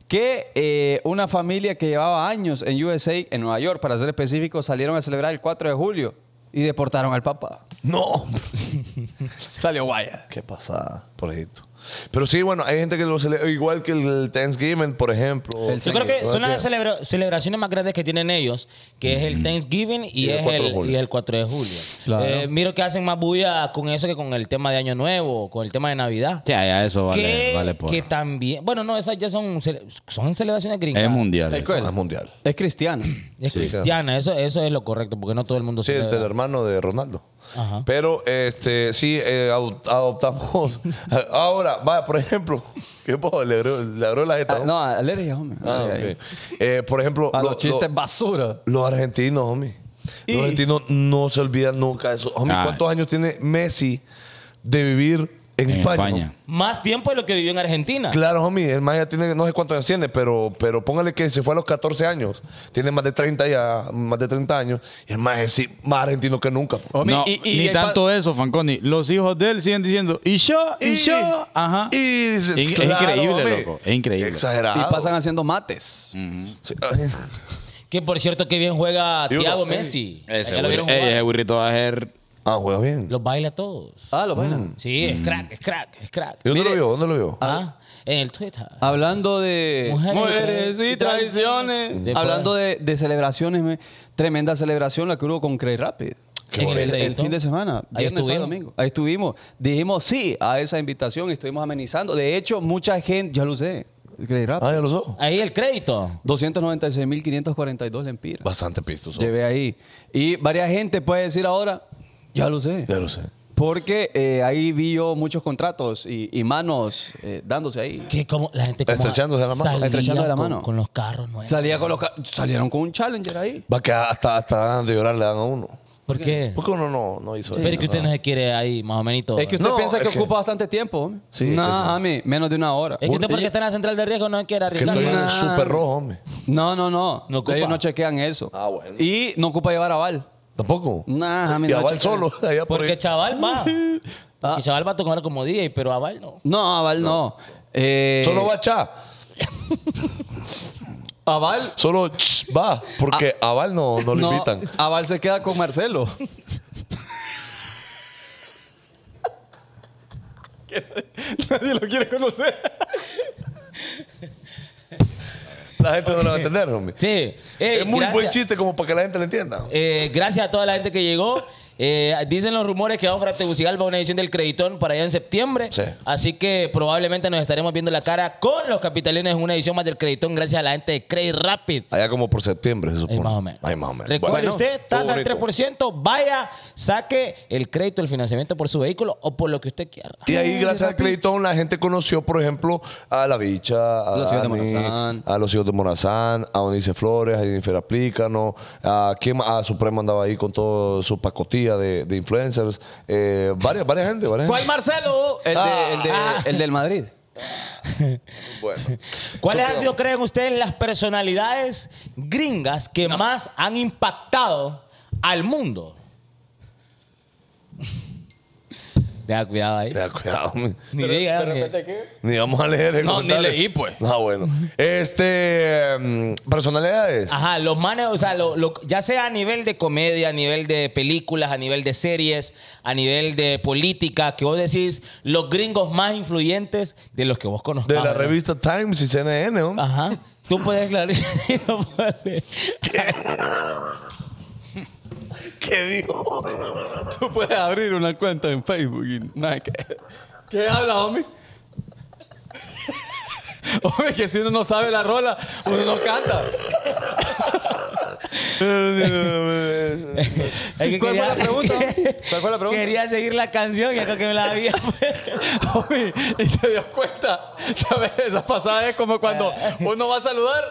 [SPEAKER 2] que eh, una familia que llevaba años en USA, en Nueva York, para ser específico, salieron a celebrar el 4 de julio y deportaron al papá.
[SPEAKER 1] No.
[SPEAKER 2] Salió guaya.
[SPEAKER 1] Qué pasada, por ejemplo. Pero sí, bueno, hay gente que lo celebra, igual que el Thanksgiving, por ejemplo.
[SPEAKER 2] El
[SPEAKER 3] Yo creo que son las celebra- celebraciones más grandes que tienen ellos, que es el Thanksgiving y,
[SPEAKER 1] Y el
[SPEAKER 3] es
[SPEAKER 1] 4 de
[SPEAKER 3] el,
[SPEAKER 1] julio.
[SPEAKER 3] y el 4 de julio.
[SPEAKER 2] Claro.
[SPEAKER 3] Eh, miro que hacen más bulla con eso que con el tema de Año Nuevo, con el tema de Navidad.
[SPEAKER 4] Ya, ya, eso vale,
[SPEAKER 3] que,
[SPEAKER 4] vale pues. por.
[SPEAKER 3] que también... Bueno, no, esas ya son, cele- son celebraciones gringas.
[SPEAKER 4] Es mundial.
[SPEAKER 2] Tal
[SPEAKER 4] eso.
[SPEAKER 2] cual.
[SPEAKER 1] Es mundial.
[SPEAKER 2] Es cristiano.
[SPEAKER 3] Es cristiana, eso, eso es lo correcto, porque no todo el mundo
[SPEAKER 1] Sí, el
[SPEAKER 3] celebra.
[SPEAKER 1] del hermano de Ronaldo.
[SPEAKER 2] Ah.
[SPEAKER 3] Ajá.
[SPEAKER 1] Pero este sí, eh, adop- adoptamos. Ahora, va, por ejemplo, ¿qué puedo? Le abrió, le abrió la jeta.
[SPEAKER 2] Ah, no, alergia, hombre.
[SPEAKER 1] Ah,
[SPEAKER 2] Alergia.
[SPEAKER 1] ok. Eh, por ejemplo,
[SPEAKER 2] A
[SPEAKER 1] lo-
[SPEAKER 2] los chistes
[SPEAKER 1] lo-
[SPEAKER 2] basura.
[SPEAKER 1] los argentinos, homie.
[SPEAKER 2] Y-
[SPEAKER 1] Los argentinos no se olvidan nunca de eso. Homie,
[SPEAKER 4] Ah.
[SPEAKER 1] ¿cuántos años tiene Messi de vivir en,
[SPEAKER 4] En
[SPEAKER 1] España?
[SPEAKER 4] España.
[SPEAKER 3] Más tiempo de lo que vivió en Argentina.
[SPEAKER 1] Claro, homie, el más ya tiene, no sé cuántos años tiene, pero, pero póngale que se fue a los 14 años. Tiene más de 30 ya, más de 30 años. Y el más es sí, más argentino que nunca. po.
[SPEAKER 2] Homie,
[SPEAKER 4] No,
[SPEAKER 2] Oh, y- y-
[SPEAKER 4] ni
[SPEAKER 2] y-
[SPEAKER 4] tanto eso, Fanconi. Los hijos de él siguen diciendo, y yo, y, yo. Ajá.
[SPEAKER 1] Y dices,
[SPEAKER 4] Es- es
[SPEAKER 1] claro,
[SPEAKER 4] increíble,
[SPEAKER 1] homie.
[SPEAKER 4] loco, es increíble.
[SPEAKER 1] Exagerado.
[SPEAKER 2] Y pasan haciendo mates.
[SPEAKER 1] Sí, ah, ay,
[SPEAKER 3] Que por cierto, que bien juega
[SPEAKER 1] Y uno,
[SPEAKER 3] Thiago
[SPEAKER 1] eh,
[SPEAKER 3] Messi.
[SPEAKER 4] Ese,
[SPEAKER 3] Ya lo vieron
[SPEAKER 4] burri- ey,
[SPEAKER 3] jugar.
[SPEAKER 4] ese burrito va a ser.
[SPEAKER 1] Ah, juega bien.
[SPEAKER 3] Los baila a todos.
[SPEAKER 2] Ah, lo bailan.
[SPEAKER 3] Sí,
[SPEAKER 4] Mm.
[SPEAKER 3] es crack, es crack, es crack.
[SPEAKER 1] ¿Y ¿Dónde lo
[SPEAKER 2] Mire-
[SPEAKER 1] vio? ¿Dónde lo vio?
[SPEAKER 3] Ah, en el Twitter.
[SPEAKER 2] Hablando de
[SPEAKER 3] Mujeres,
[SPEAKER 2] mujeres y
[SPEAKER 3] y traiciones.
[SPEAKER 2] traiciones.
[SPEAKER 3] De
[SPEAKER 2] Hablando de, de celebraciones, me- tremenda celebración la que hubo con Cray Rapid.
[SPEAKER 1] Qué
[SPEAKER 2] el,
[SPEAKER 1] bonito.
[SPEAKER 2] el- el fin de semana,
[SPEAKER 3] Ahí
[SPEAKER 2] viernes, sábado,
[SPEAKER 3] estuvieron.
[SPEAKER 2] domingo. Ahí estuvimos. Dijimos sí a esa invitación y estuvimos amenizando. De hecho, mucha gente, ya lo sé, Cray Rapid.
[SPEAKER 1] Ah, ya lo so.
[SPEAKER 3] Ahí el crédito.
[SPEAKER 2] 296.542 lempiras.
[SPEAKER 1] Bastante pistos. son.
[SPEAKER 2] Llevé ahí. Y varias gente puede decir ahora, ya lo sé.
[SPEAKER 1] Ya lo sé.
[SPEAKER 2] Porque eh, ahí vi yo muchos contratos y, y manos eh, dándose ahí.
[SPEAKER 3] Que como la gente como
[SPEAKER 1] Estrechándose la mano.
[SPEAKER 3] salía
[SPEAKER 2] Estrechándose la
[SPEAKER 3] con-
[SPEAKER 2] mano.
[SPEAKER 3] Con, los carros nuevos.
[SPEAKER 2] Salía con los ca- salieron con un challenger ahí.
[SPEAKER 1] Va que hasta, hasta ganas de llorar le dan a uno.
[SPEAKER 3] ¿Por qué?
[SPEAKER 1] ¿Por qué uno no, no hizo
[SPEAKER 3] Pero es
[SPEAKER 1] eso?
[SPEAKER 3] que usted no se quiere ahí, más o menos.
[SPEAKER 2] Es que usted
[SPEAKER 1] No,
[SPEAKER 2] piensa que
[SPEAKER 1] es que-
[SPEAKER 2] ocupa bastante tiempo. hombre.
[SPEAKER 1] Sí,
[SPEAKER 2] no,
[SPEAKER 1] eso.
[SPEAKER 2] a mí, menos de una hora.
[SPEAKER 3] Es que usted porque
[SPEAKER 2] Una-
[SPEAKER 3] está en la central de riesgo no se quiere
[SPEAKER 1] Que estoy
[SPEAKER 3] arriesgar.
[SPEAKER 2] Nah.
[SPEAKER 1] en súper rojo, hombre.
[SPEAKER 2] No, no, no.
[SPEAKER 3] No ocupa.
[SPEAKER 2] Ellos no chequean eso.
[SPEAKER 1] Ah, bueno.
[SPEAKER 2] Y no ocupa llevar aval.
[SPEAKER 1] ¿Tampoco?
[SPEAKER 2] Nah, a mí
[SPEAKER 1] y
[SPEAKER 2] no
[SPEAKER 1] a Val
[SPEAKER 2] chequean.
[SPEAKER 1] solo, allá por
[SPEAKER 3] Porque
[SPEAKER 1] ahí.
[SPEAKER 3] chaval va. Porque chaval va a tocar como DJ, pero aval no.
[SPEAKER 2] No, aval no. Eh,
[SPEAKER 1] Solo va Cha.
[SPEAKER 2] Aval.
[SPEAKER 1] Solo ch, va. Porque
[SPEAKER 3] Ah.
[SPEAKER 1] a Val no, no lo
[SPEAKER 2] no,
[SPEAKER 1] invitan.
[SPEAKER 2] Aval se queda con Marcelo. Nadie lo quiere conocer.
[SPEAKER 1] La gente no lo va a entender, hombre.
[SPEAKER 3] Sí. Ey,
[SPEAKER 1] es muy buen
[SPEAKER 3] gracias.
[SPEAKER 1] chiste como para que la gente lo entienda.
[SPEAKER 3] Eh, gracias a toda la gente que llegó. Eh, dicen los rumores que vamos para Tegucigalpa una edición del Creditón para allá en septiembre.
[SPEAKER 1] Sí.
[SPEAKER 3] Así que probablemente nos estaremos viendo la cara con los capitalinos en una edición más del Creditón gracias a la gente de Credit Rapid.
[SPEAKER 1] Allá como por septiembre, se supone.
[SPEAKER 3] Ahí más o menos.
[SPEAKER 1] Ahí más o menos.
[SPEAKER 3] Recuerde
[SPEAKER 1] Bueno,
[SPEAKER 3] usted,
[SPEAKER 1] estuvo
[SPEAKER 3] tasa del
[SPEAKER 1] bonito.
[SPEAKER 3] 3%, vaya, saque el crédito, el financiamiento por su vehículo o por lo que usted quiera.
[SPEAKER 1] Y ahí, gracias al crédito, la gente conoció, por ejemplo, a La Bicha, a
[SPEAKER 2] Los hijos de
[SPEAKER 1] Ani,
[SPEAKER 2] Morazán.
[SPEAKER 1] a los hijos de Morazán, a Onice Flores, a Jennifer Aplícano, a, ¿quién más? a Suprema andaba ahí con toda su pacotilla de, de influencers. Eh, varias, varias gente, varias
[SPEAKER 2] ¿Cuál
[SPEAKER 1] gente.
[SPEAKER 2] Marcelo? El, de-
[SPEAKER 1] Ah.
[SPEAKER 2] el de- el del Madrid.
[SPEAKER 1] Bueno.
[SPEAKER 3] ¿Cuáles han sido, creen ustedes, las personalidades gringas que más han impactado al mundo? Deja cuidado ahí.
[SPEAKER 1] Tenga cuidado, mi.
[SPEAKER 3] Ni diga, ni-
[SPEAKER 1] ni vamos a leer el
[SPEAKER 2] No, ni
[SPEAKER 1] comentario.
[SPEAKER 2] leí, pues.
[SPEAKER 1] Ah, bueno. Este, mm, personalidades.
[SPEAKER 2] Ah,
[SPEAKER 3] Ajá, los manes, o sea, lo- lo- ya sea a nivel de comedia, a nivel de películas, a nivel de series, a nivel de política, que vos decís los gringos más influyentes de los que vos
[SPEAKER 1] de
[SPEAKER 3] conozcas.
[SPEAKER 2] ah,
[SPEAKER 1] la revista Times y CNN, ¿no?
[SPEAKER 3] Ajá. Tú puedes claro.
[SPEAKER 1] ¿Qué dijo?
[SPEAKER 2] Tú puedes abrir una cuenta en Facebook y nada que... ¿Qué habla, homie? Hombre, que si uno no sabe la rola, uno no canta. ¿Cuál fue la pregunta? ¿Cuál fue la pregunta?
[SPEAKER 3] Quería seguir la canción y acá que me la había.
[SPEAKER 2] Homie,
[SPEAKER 1] Ah.
[SPEAKER 2] y se dio cuenta. ¿Sabes? Esa pasada es como cuando uno va a saludar,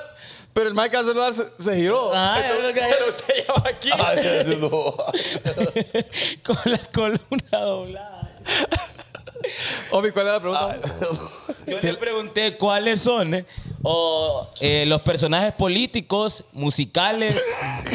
[SPEAKER 2] Pero el Mike que al celular se, se giró.
[SPEAKER 3] Ah,
[SPEAKER 2] Entonces,
[SPEAKER 3] es lo que-
[SPEAKER 2] pero usted ya va aquí.
[SPEAKER 1] Ay, no.
[SPEAKER 3] Ah, Con la columna doblada.
[SPEAKER 2] Omi, ¿cuál era la pregunta?
[SPEAKER 1] Ah,
[SPEAKER 3] Yo le pregunté cuáles son eh, o, eh, los personajes políticos, musicales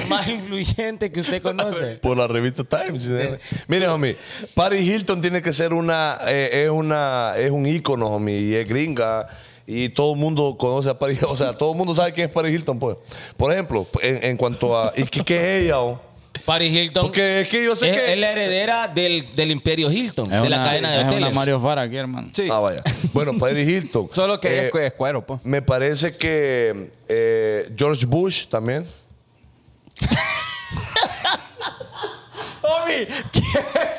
[SPEAKER 3] más influyentes que usted conoce.
[SPEAKER 1] Por la revista Time. sí, señor. Mire, homie, Paris Hilton tiene que ser una, eh, es una, es un ícono, homie, y es gringa. Y todo el mundo conoce a Paris, o sea, todo el mundo sabe quién es Paris Hilton, pues. Por ejemplo, en, en cuanto a, ¿y qué, qué es ella? o?
[SPEAKER 3] Paris Hilton.
[SPEAKER 1] Porque es que yo sé
[SPEAKER 2] Eh,
[SPEAKER 3] es,
[SPEAKER 1] que...
[SPEAKER 3] es la heredera del, del imperio Hilton,
[SPEAKER 4] Es
[SPEAKER 3] de la
[SPEAKER 4] una-
[SPEAKER 3] cadena de
[SPEAKER 4] es
[SPEAKER 3] hoteles.
[SPEAKER 4] una Mario Fara aquí, hermano.
[SPEAKER 2] Sí.
[SPEAKER 1] Ah, vaya. Bueno, Paris Hilton.
[SPEAKER 2] Solo que
[SPEAKER 1] Eh,
[SPEAKER 2] es, es cuero, pues.
[SPEAKER 1] Me parece que eh, George Bush también.
[SPEAKER 2] Omi, ¿qué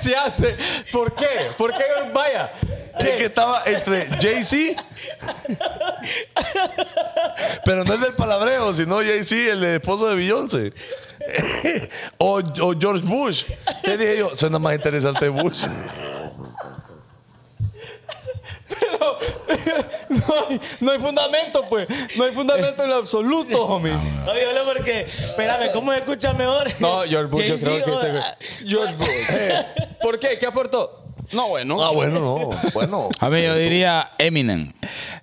[SPEAKER 2] se hace? ¿Por qué? ¿Por qué? Vaya.
[SPEAKER 1] Es que estaba entre Jay-Z. Pero no es del palabreo, sino Jay-Z, el esposo de Beyoncé. o, o George Bush. Te dije yo, suena más interesante Bush.
[SPEAKER 2] No hay, no hay fundamento, pues. No hay fundamento en lo absoluto, homie.
[SPEAKER 3] No, yo hablo porque, espérame, ¿cómo se escucha mejor?
[SPEAKER 2] No, George Bush, yo
[SPEAKER 3] Jay-Z
[SPEAKER 2] creo que
[SPEAKER 3] o-
[SPEAKER 2] ese- Ah, George Bush. Eh, ¿Por qué? ¿Qué aportó? No, bueno.
[SPEAKER 1] Ah, bueno, no. Bueno.
[SPEAKER 4] A mí yo diría Eminem.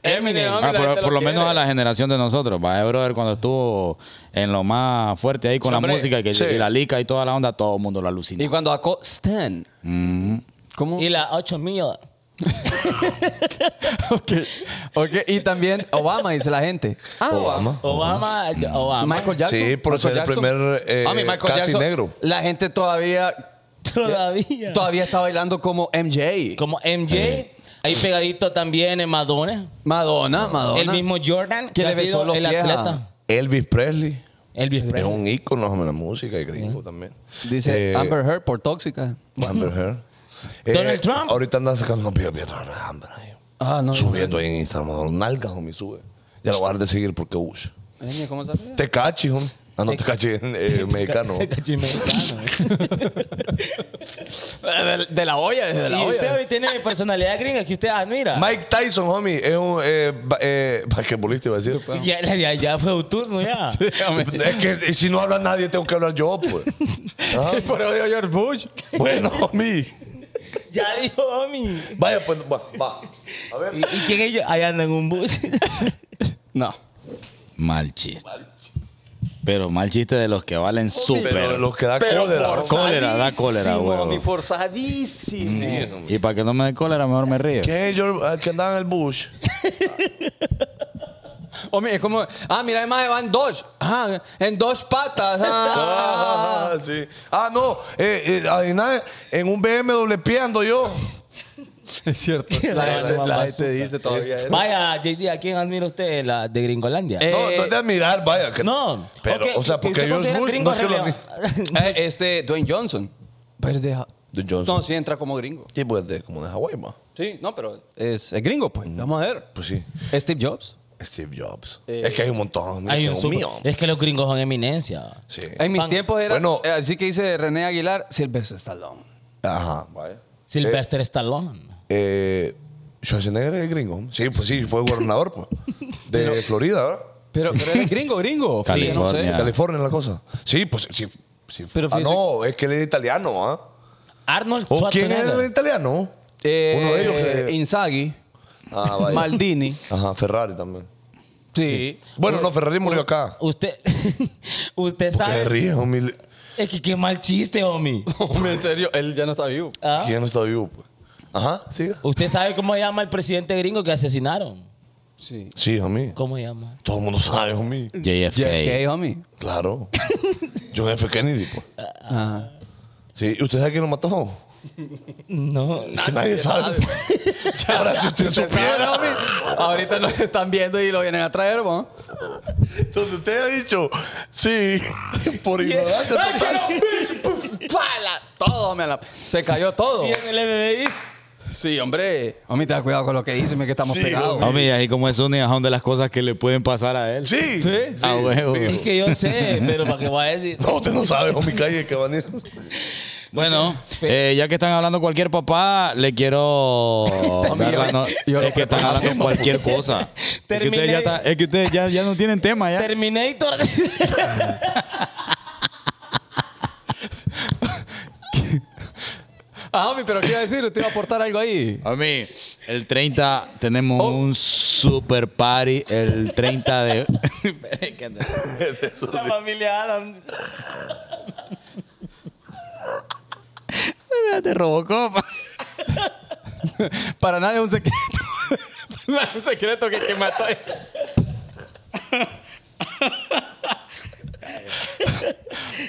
[SPEAKER 2] Eminem, homie,
[SPEAKER 4] Ah,
[SPEAKER 2] la
[SPEAKER 4] por,
[SPEAKER 2] gente
[SPEAKER 4] por lo menos
[SPEAKER 2] quiere.
[SPEAKER 4] a la generación de nosotros. Va, eh, brother, cuando estuvo en lo más fuerte ahí con
[SPEAKER 2] Hombre,
[SPEAKER 4] la música y que,
[SPEAKER 1] sí.
[SPEAKER 4] y la lica y toda la onda, todo el mundo lo
[SPEAKER 2] Y
[SPEAKER 4] alucinó.
[SPEAKER 2] cuando sacó Stan. Mm. ¿Cómo?
[SPEAKER 3] Y la 8 millas.
[SPEAKER 2] Ok. Ok, Y también Obama, dice la gente. Ah,
[SPEAKER 1] Obama.
[SPEAKER 3] Obama, Obama.
[SPEAKER 2] Michael Jackson.
[SPEAKER 1] Sí, por
[SPEAKER 2] Michael
[SPEAKER 1] ser el
[SPEAKER 2] Jackson.
[SPEAKER 1] primer, eh,
[SPEAKER 2] Homie, Ah, Michael
[SPEAKER 1] casi negro.
[SPEAKER 2] La gente todavía,
[SPEAKER 3] Todavía.
[SPEAKER 2] todavía está bailando como MJ.
[SPEAKER 3] Como MJ. Ahí pegadito también en Madonna.
[SPEAKER 2] Madonna, Madonna.
[SPEAKER 3] El mismo Jordan, que
[SPEAKER 2] ¿Quién
[SPEAKER 3] ha
[SPEAKER 2] le besó
[SPEAKER 3] sido
[SPEAKER 2] los
[SPEAKER 3] el
[SPEAKER 2] pies a-
[SPEAKER 3] atleta.
[SPEAKER 1] Elvis Presley.
[SPEAKER 3] Elvis
[SPEAKER 1] Es
[SPEAKER 3] Presley.
[SPEAKER 1] un ícono hombre, en la música y gringo también.
[SPEAKER 2] Dice
[SPEAKER 1] Eh,
[SPEAKER 2] Amber Heard por tóxica.
[SPEAKER 1] Amber Heard. Eh,
[SPEAKER 3] Donald Trump.
[SPEAKER 1] Ahorita anda sacando videos bien raros, Amber. ahí.
[SPEAKER 2] Ah, no.
[SPEAKER 1] Subiendo ahí en Instagram. Nalgas, homie, sube. Ya lo voy a dejar de seguir porque Bush.
[SPEAKER 2] Eñe, ¿Cómo sabía?
[SPEAKER 1] Tecachi, homie. Ah, no, Tecachi es eh, mexicano.
[SPEAKER 2] De, de la olla, desde
[SPEAKER 3] Y usted hoy tiene mi personalidad gringa que usted admira.
[SPEAKER 1] Mike Tyson, homie, es un eh, ba- eh, basquetbolista, iba a decir.
[SPEAKER 3] Ya, ya, ya fue un turno ya.
[SPEAKER 1] Es que eh, si no habla nadie, tengo que hablar yo, pues. Ah,
[SPEAKER 2] Por eso digo George Bush.
[SPEAKER 1] bueno, homie.
[SPEAKER 3] Ya dijo, homie.
[SPEAKER 1] Vaya, pues, va, va. A ver.
[SPEAKER 3] ¿Y, y quién ellos? Ahí andan en un bus.
[SPEAKER 2] No.
[SPEAKER 4] Mal chiste. Pero mal chiste de los que valen
[SPEAKER 1] Pero
[SPEAKER 4] súper.
[SPEAKER 1] los que da cólera.
[SPEAKER 4] forzado. Cólera, da cólera,
[SPEAKER 2] Forzadísimo,
[SPEAKER 4] huevo.
[SPEAKER 2] mi Forzadísimo.
[SPEAKER 4] Y para que no me dé cólera, mejor me río.
[SPEAKER 1] ¿Quién es George- ah, que andaba en el Bush?
[SPEAKER 2] Hombre, es como, ah, mira, además van dos. Ah, en dos patas. Ah.
[SPEAKER 1] Ah, sí. ah no. Eh, eh, adivina, en un BMW pie ando yo.
[SPEAKER 2] es cierto. La,
[SPEAKER 3] Vale,
[SPEAKER 2] gente- la
[SPEAKER 3] mamá,
[SPEAKER 2] gente dice todavía eso.
[SPEAKER 3] Vaya, JD, ¿a quién admira usted la de Gringolandia?
[SPEAKER 2] Eh,
[SPEAKER 1] No, no es de admirar, vaya. que-
[SPEAKER 3] no.
[SPEAKER 1] Pero,
[SPEAKER 3] Ok,
[SPEAKER 1] o sea,
[SPEAKER 3] ¿que
[SPEAKER 1] porque
[SPEAKER 3] usted
[SPEAKER 1] George
[SPEAKER 3] considera
[SPEAKER 1] Bush no
[SPEAKER 3] gringos
[SPEAKER 1] es que lo
[SPEAKER 3] relevan-
[SPEAKER 2] Eh, este, Dwayne Johnson. Pero es de,
[SPEAKER 1] Dwayne Johnson.
[SPEAKER 2] No, sí entra como gringo.
[SPEAKER 1] Sí, pues, de- como de Hawái, ma.
[SPEAKER 2] Sí, no, pero es, es gringo, pues. Vamos a ver.
[SPEAKER 1] Pues sí.
[SPEAKER 2] Steve Jobs.
[SPEAKER 1] Steve Jobs.
[SPEAKER 2] Eh,
[SPEAKER 1] es que hay un montón.
[SPEAKER 3] Hay
[SPEAKER 1] que
[SPEAKER 3] un
[SPEAKER 1] es
[SPEAKER 3] super- Eh,
[SPEAKER 1] mío.
[SPEAKER 3] es que los gringos son eminencia.
[SPEAKER 1] Sí.
[SPEAKER 2] En mis
[SPEAKER 3] Pan-
[SPEAKER 2] tiempos era.
[SPEAKER 1] Bueno.
[SPEAKER 2] eh, así que dice René Aguilar, Sylvester Stallone.
[SPEAKER 1] Ajá. Vaya.
[SPEAKER 3] Sylvester Stallone.
[SPEAKER 1] Eh, Schwarzenegger es gringo. Sí, pues sí, fue gobernador pues, de Florida, ¿verdad?
[SPEAKER 2] Pero, pero era gringo, gringo. Sí, no sé.
[SPEAKER 1] De
[SPEAKER 4] California. Ah.
[SPEAKER 1] California, la cosa. Sí, pues sí. sí.
[SPEAKER 2] Pero
[SPEAKER 1] ah,
[SPEAKER 2] fíjese-
[SPEAKER 1] no, es que él es italiano, ¿ah?
[SPEAKER 3] Arnold
[SPEAKER 1] ¿O quién es el
[SPEAKER 3] Schwarzenegger.
[SPEAKER 1] italiano?
[SPEAKER 2] Eh,
[SPEAKER 1] Uno de ellos. que-
[SPEAKER 2] Inzaghi,
[SPEAKER 1] Ah, vaya.
[SPEAKER 2] Maldini.
[SPEAKER 1] Ajá, Ferrari también.
[SPEAKER 2] Sí.
[SPEAKER 1] Bueno, no, Ferrari murió acá.
[SPEAKER 3] Usted, usted
[SPEAKER 1] Se
[SPEAKER 3] sabe.
[SPEAKER 1] ríe, homie.
[SPEAKER 3] Es que qué mal chiste, homie.
[SPEAKER 2] Hombre, en serio, él ya no está vivo.
[SPEAKER 3] Ah.
[SPEAKER 1] ¿Quién no está vivo? Pues? Ajá, sí.
[SPEAKER 3] Usted sabe cómo se llama el presidente gringo que asesinaron.
[SPEAKER 2] Sí.
[SPEAKER 1] Sí, homie.
[SPEAKER 3] ¿Cómo se llama?
[SPEAKER 1] Todo el mundo sabe, homie.
[SPEAKER 4] JFK.
[SPEAKER 2] JFK, homie.
[SPEAKER 1] Claro. John F. Kennedy, pues.
[SPEAKER 2] Ajá.
[SPEAKER 1] Sí, ¿y usted sabe quién lo mató?
[SPEAKER 3] No.
[SPEAKER 1] Que nadie sabe. pues. Ahora, si usted
[SPEAKER 2] Usted sabe,
[SPEAKER 1] supiera,
[SPEAKER 2] homie. Ahorita nos están viendo y lo vienen a traer, ¿no?
[SPEAKER 1] donde usted ha dicho, sí, por ignorancia. total.
[SPEAKER 2] ¡Pala! Todo, homie, a la- Se cayó todo.
[SPEAKER 3] Bien, el FBI.
[SPEAKER 2] Sí, hombre. Homie, ten cuidado con lo que dices, me que estamos
[SPEAKER 1] Sí,
[SPEAKER 2] pegados.
[SPEAKER 1] homie.
[SPEAKER 4] Homie, así como es un son de las cosas que le pueden pasar a él.
[SPEAKER 1] Sí.
[SPEAKER 2] Sí.
[SPEAKER 4] A huevo.
[SPEAKER 3] Es que yo sé, pero ¿para qué voy a decir?
[SPEAKER 1] No, usted no sabe, homie, calle, que van a ir.
[SPEAKER 4] Bueno, eh, ya que están hablando cualquier papá, le quiero dar la no- es que están hablando cualquier cosa. Es que ustedes,
[SPEAKER 3] Terminé.
[SPEAKER 4] ya, está- es que ustedes ya, ya no tienen tema ya.
[SPEAKER 3] Terminator.
[SPEAKER 2] Ah, homie, pero ¿qué iba a decir? ¿Usted iba a aportar algo ahí?
[SPEAKER 4] A mí, el 30 tenemos un super party. El 30 de.
[SPEAKER 3] La familia Adam.
[SPEAKER 4] Te robocó.
[SPEAKER 2] Para nadie es un secreto. no es un secreto que, que mató.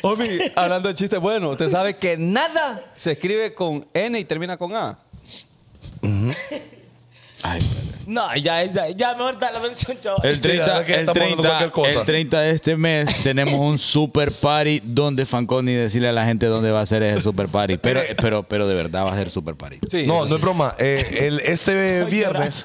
[SPEAKER 2] Homie, hablando de chistes, bueno, usted sabe que nada se escribe con N y termina con A.
[SPEAKER 4] Ay, espérate.
[SPEAKER 3] No, ya, ya, ya mejor da la mención, chaval.
[SPEAKER 4] el
[SPEAKER 1] Sí, la verdad
[SPEAKER 4] 30,
[SPEAKER 1] es que
[SPEAKER 4] el,
[SPEAKER 1] estamos hablando
[SPEAKER 4] 30,
[SPEAKER 1] cualquier cosa.
[SPEAKER 4] el 30 de este mes tenemos un super party donde Fanconi decirle a la gente dónde va a ser ese super party. Pero, pero, pero de verdad va a ser super party.
[SPEAKER 2] Sí.
[SPEAKER 1] no, no es broma. Eh, el- este viernes,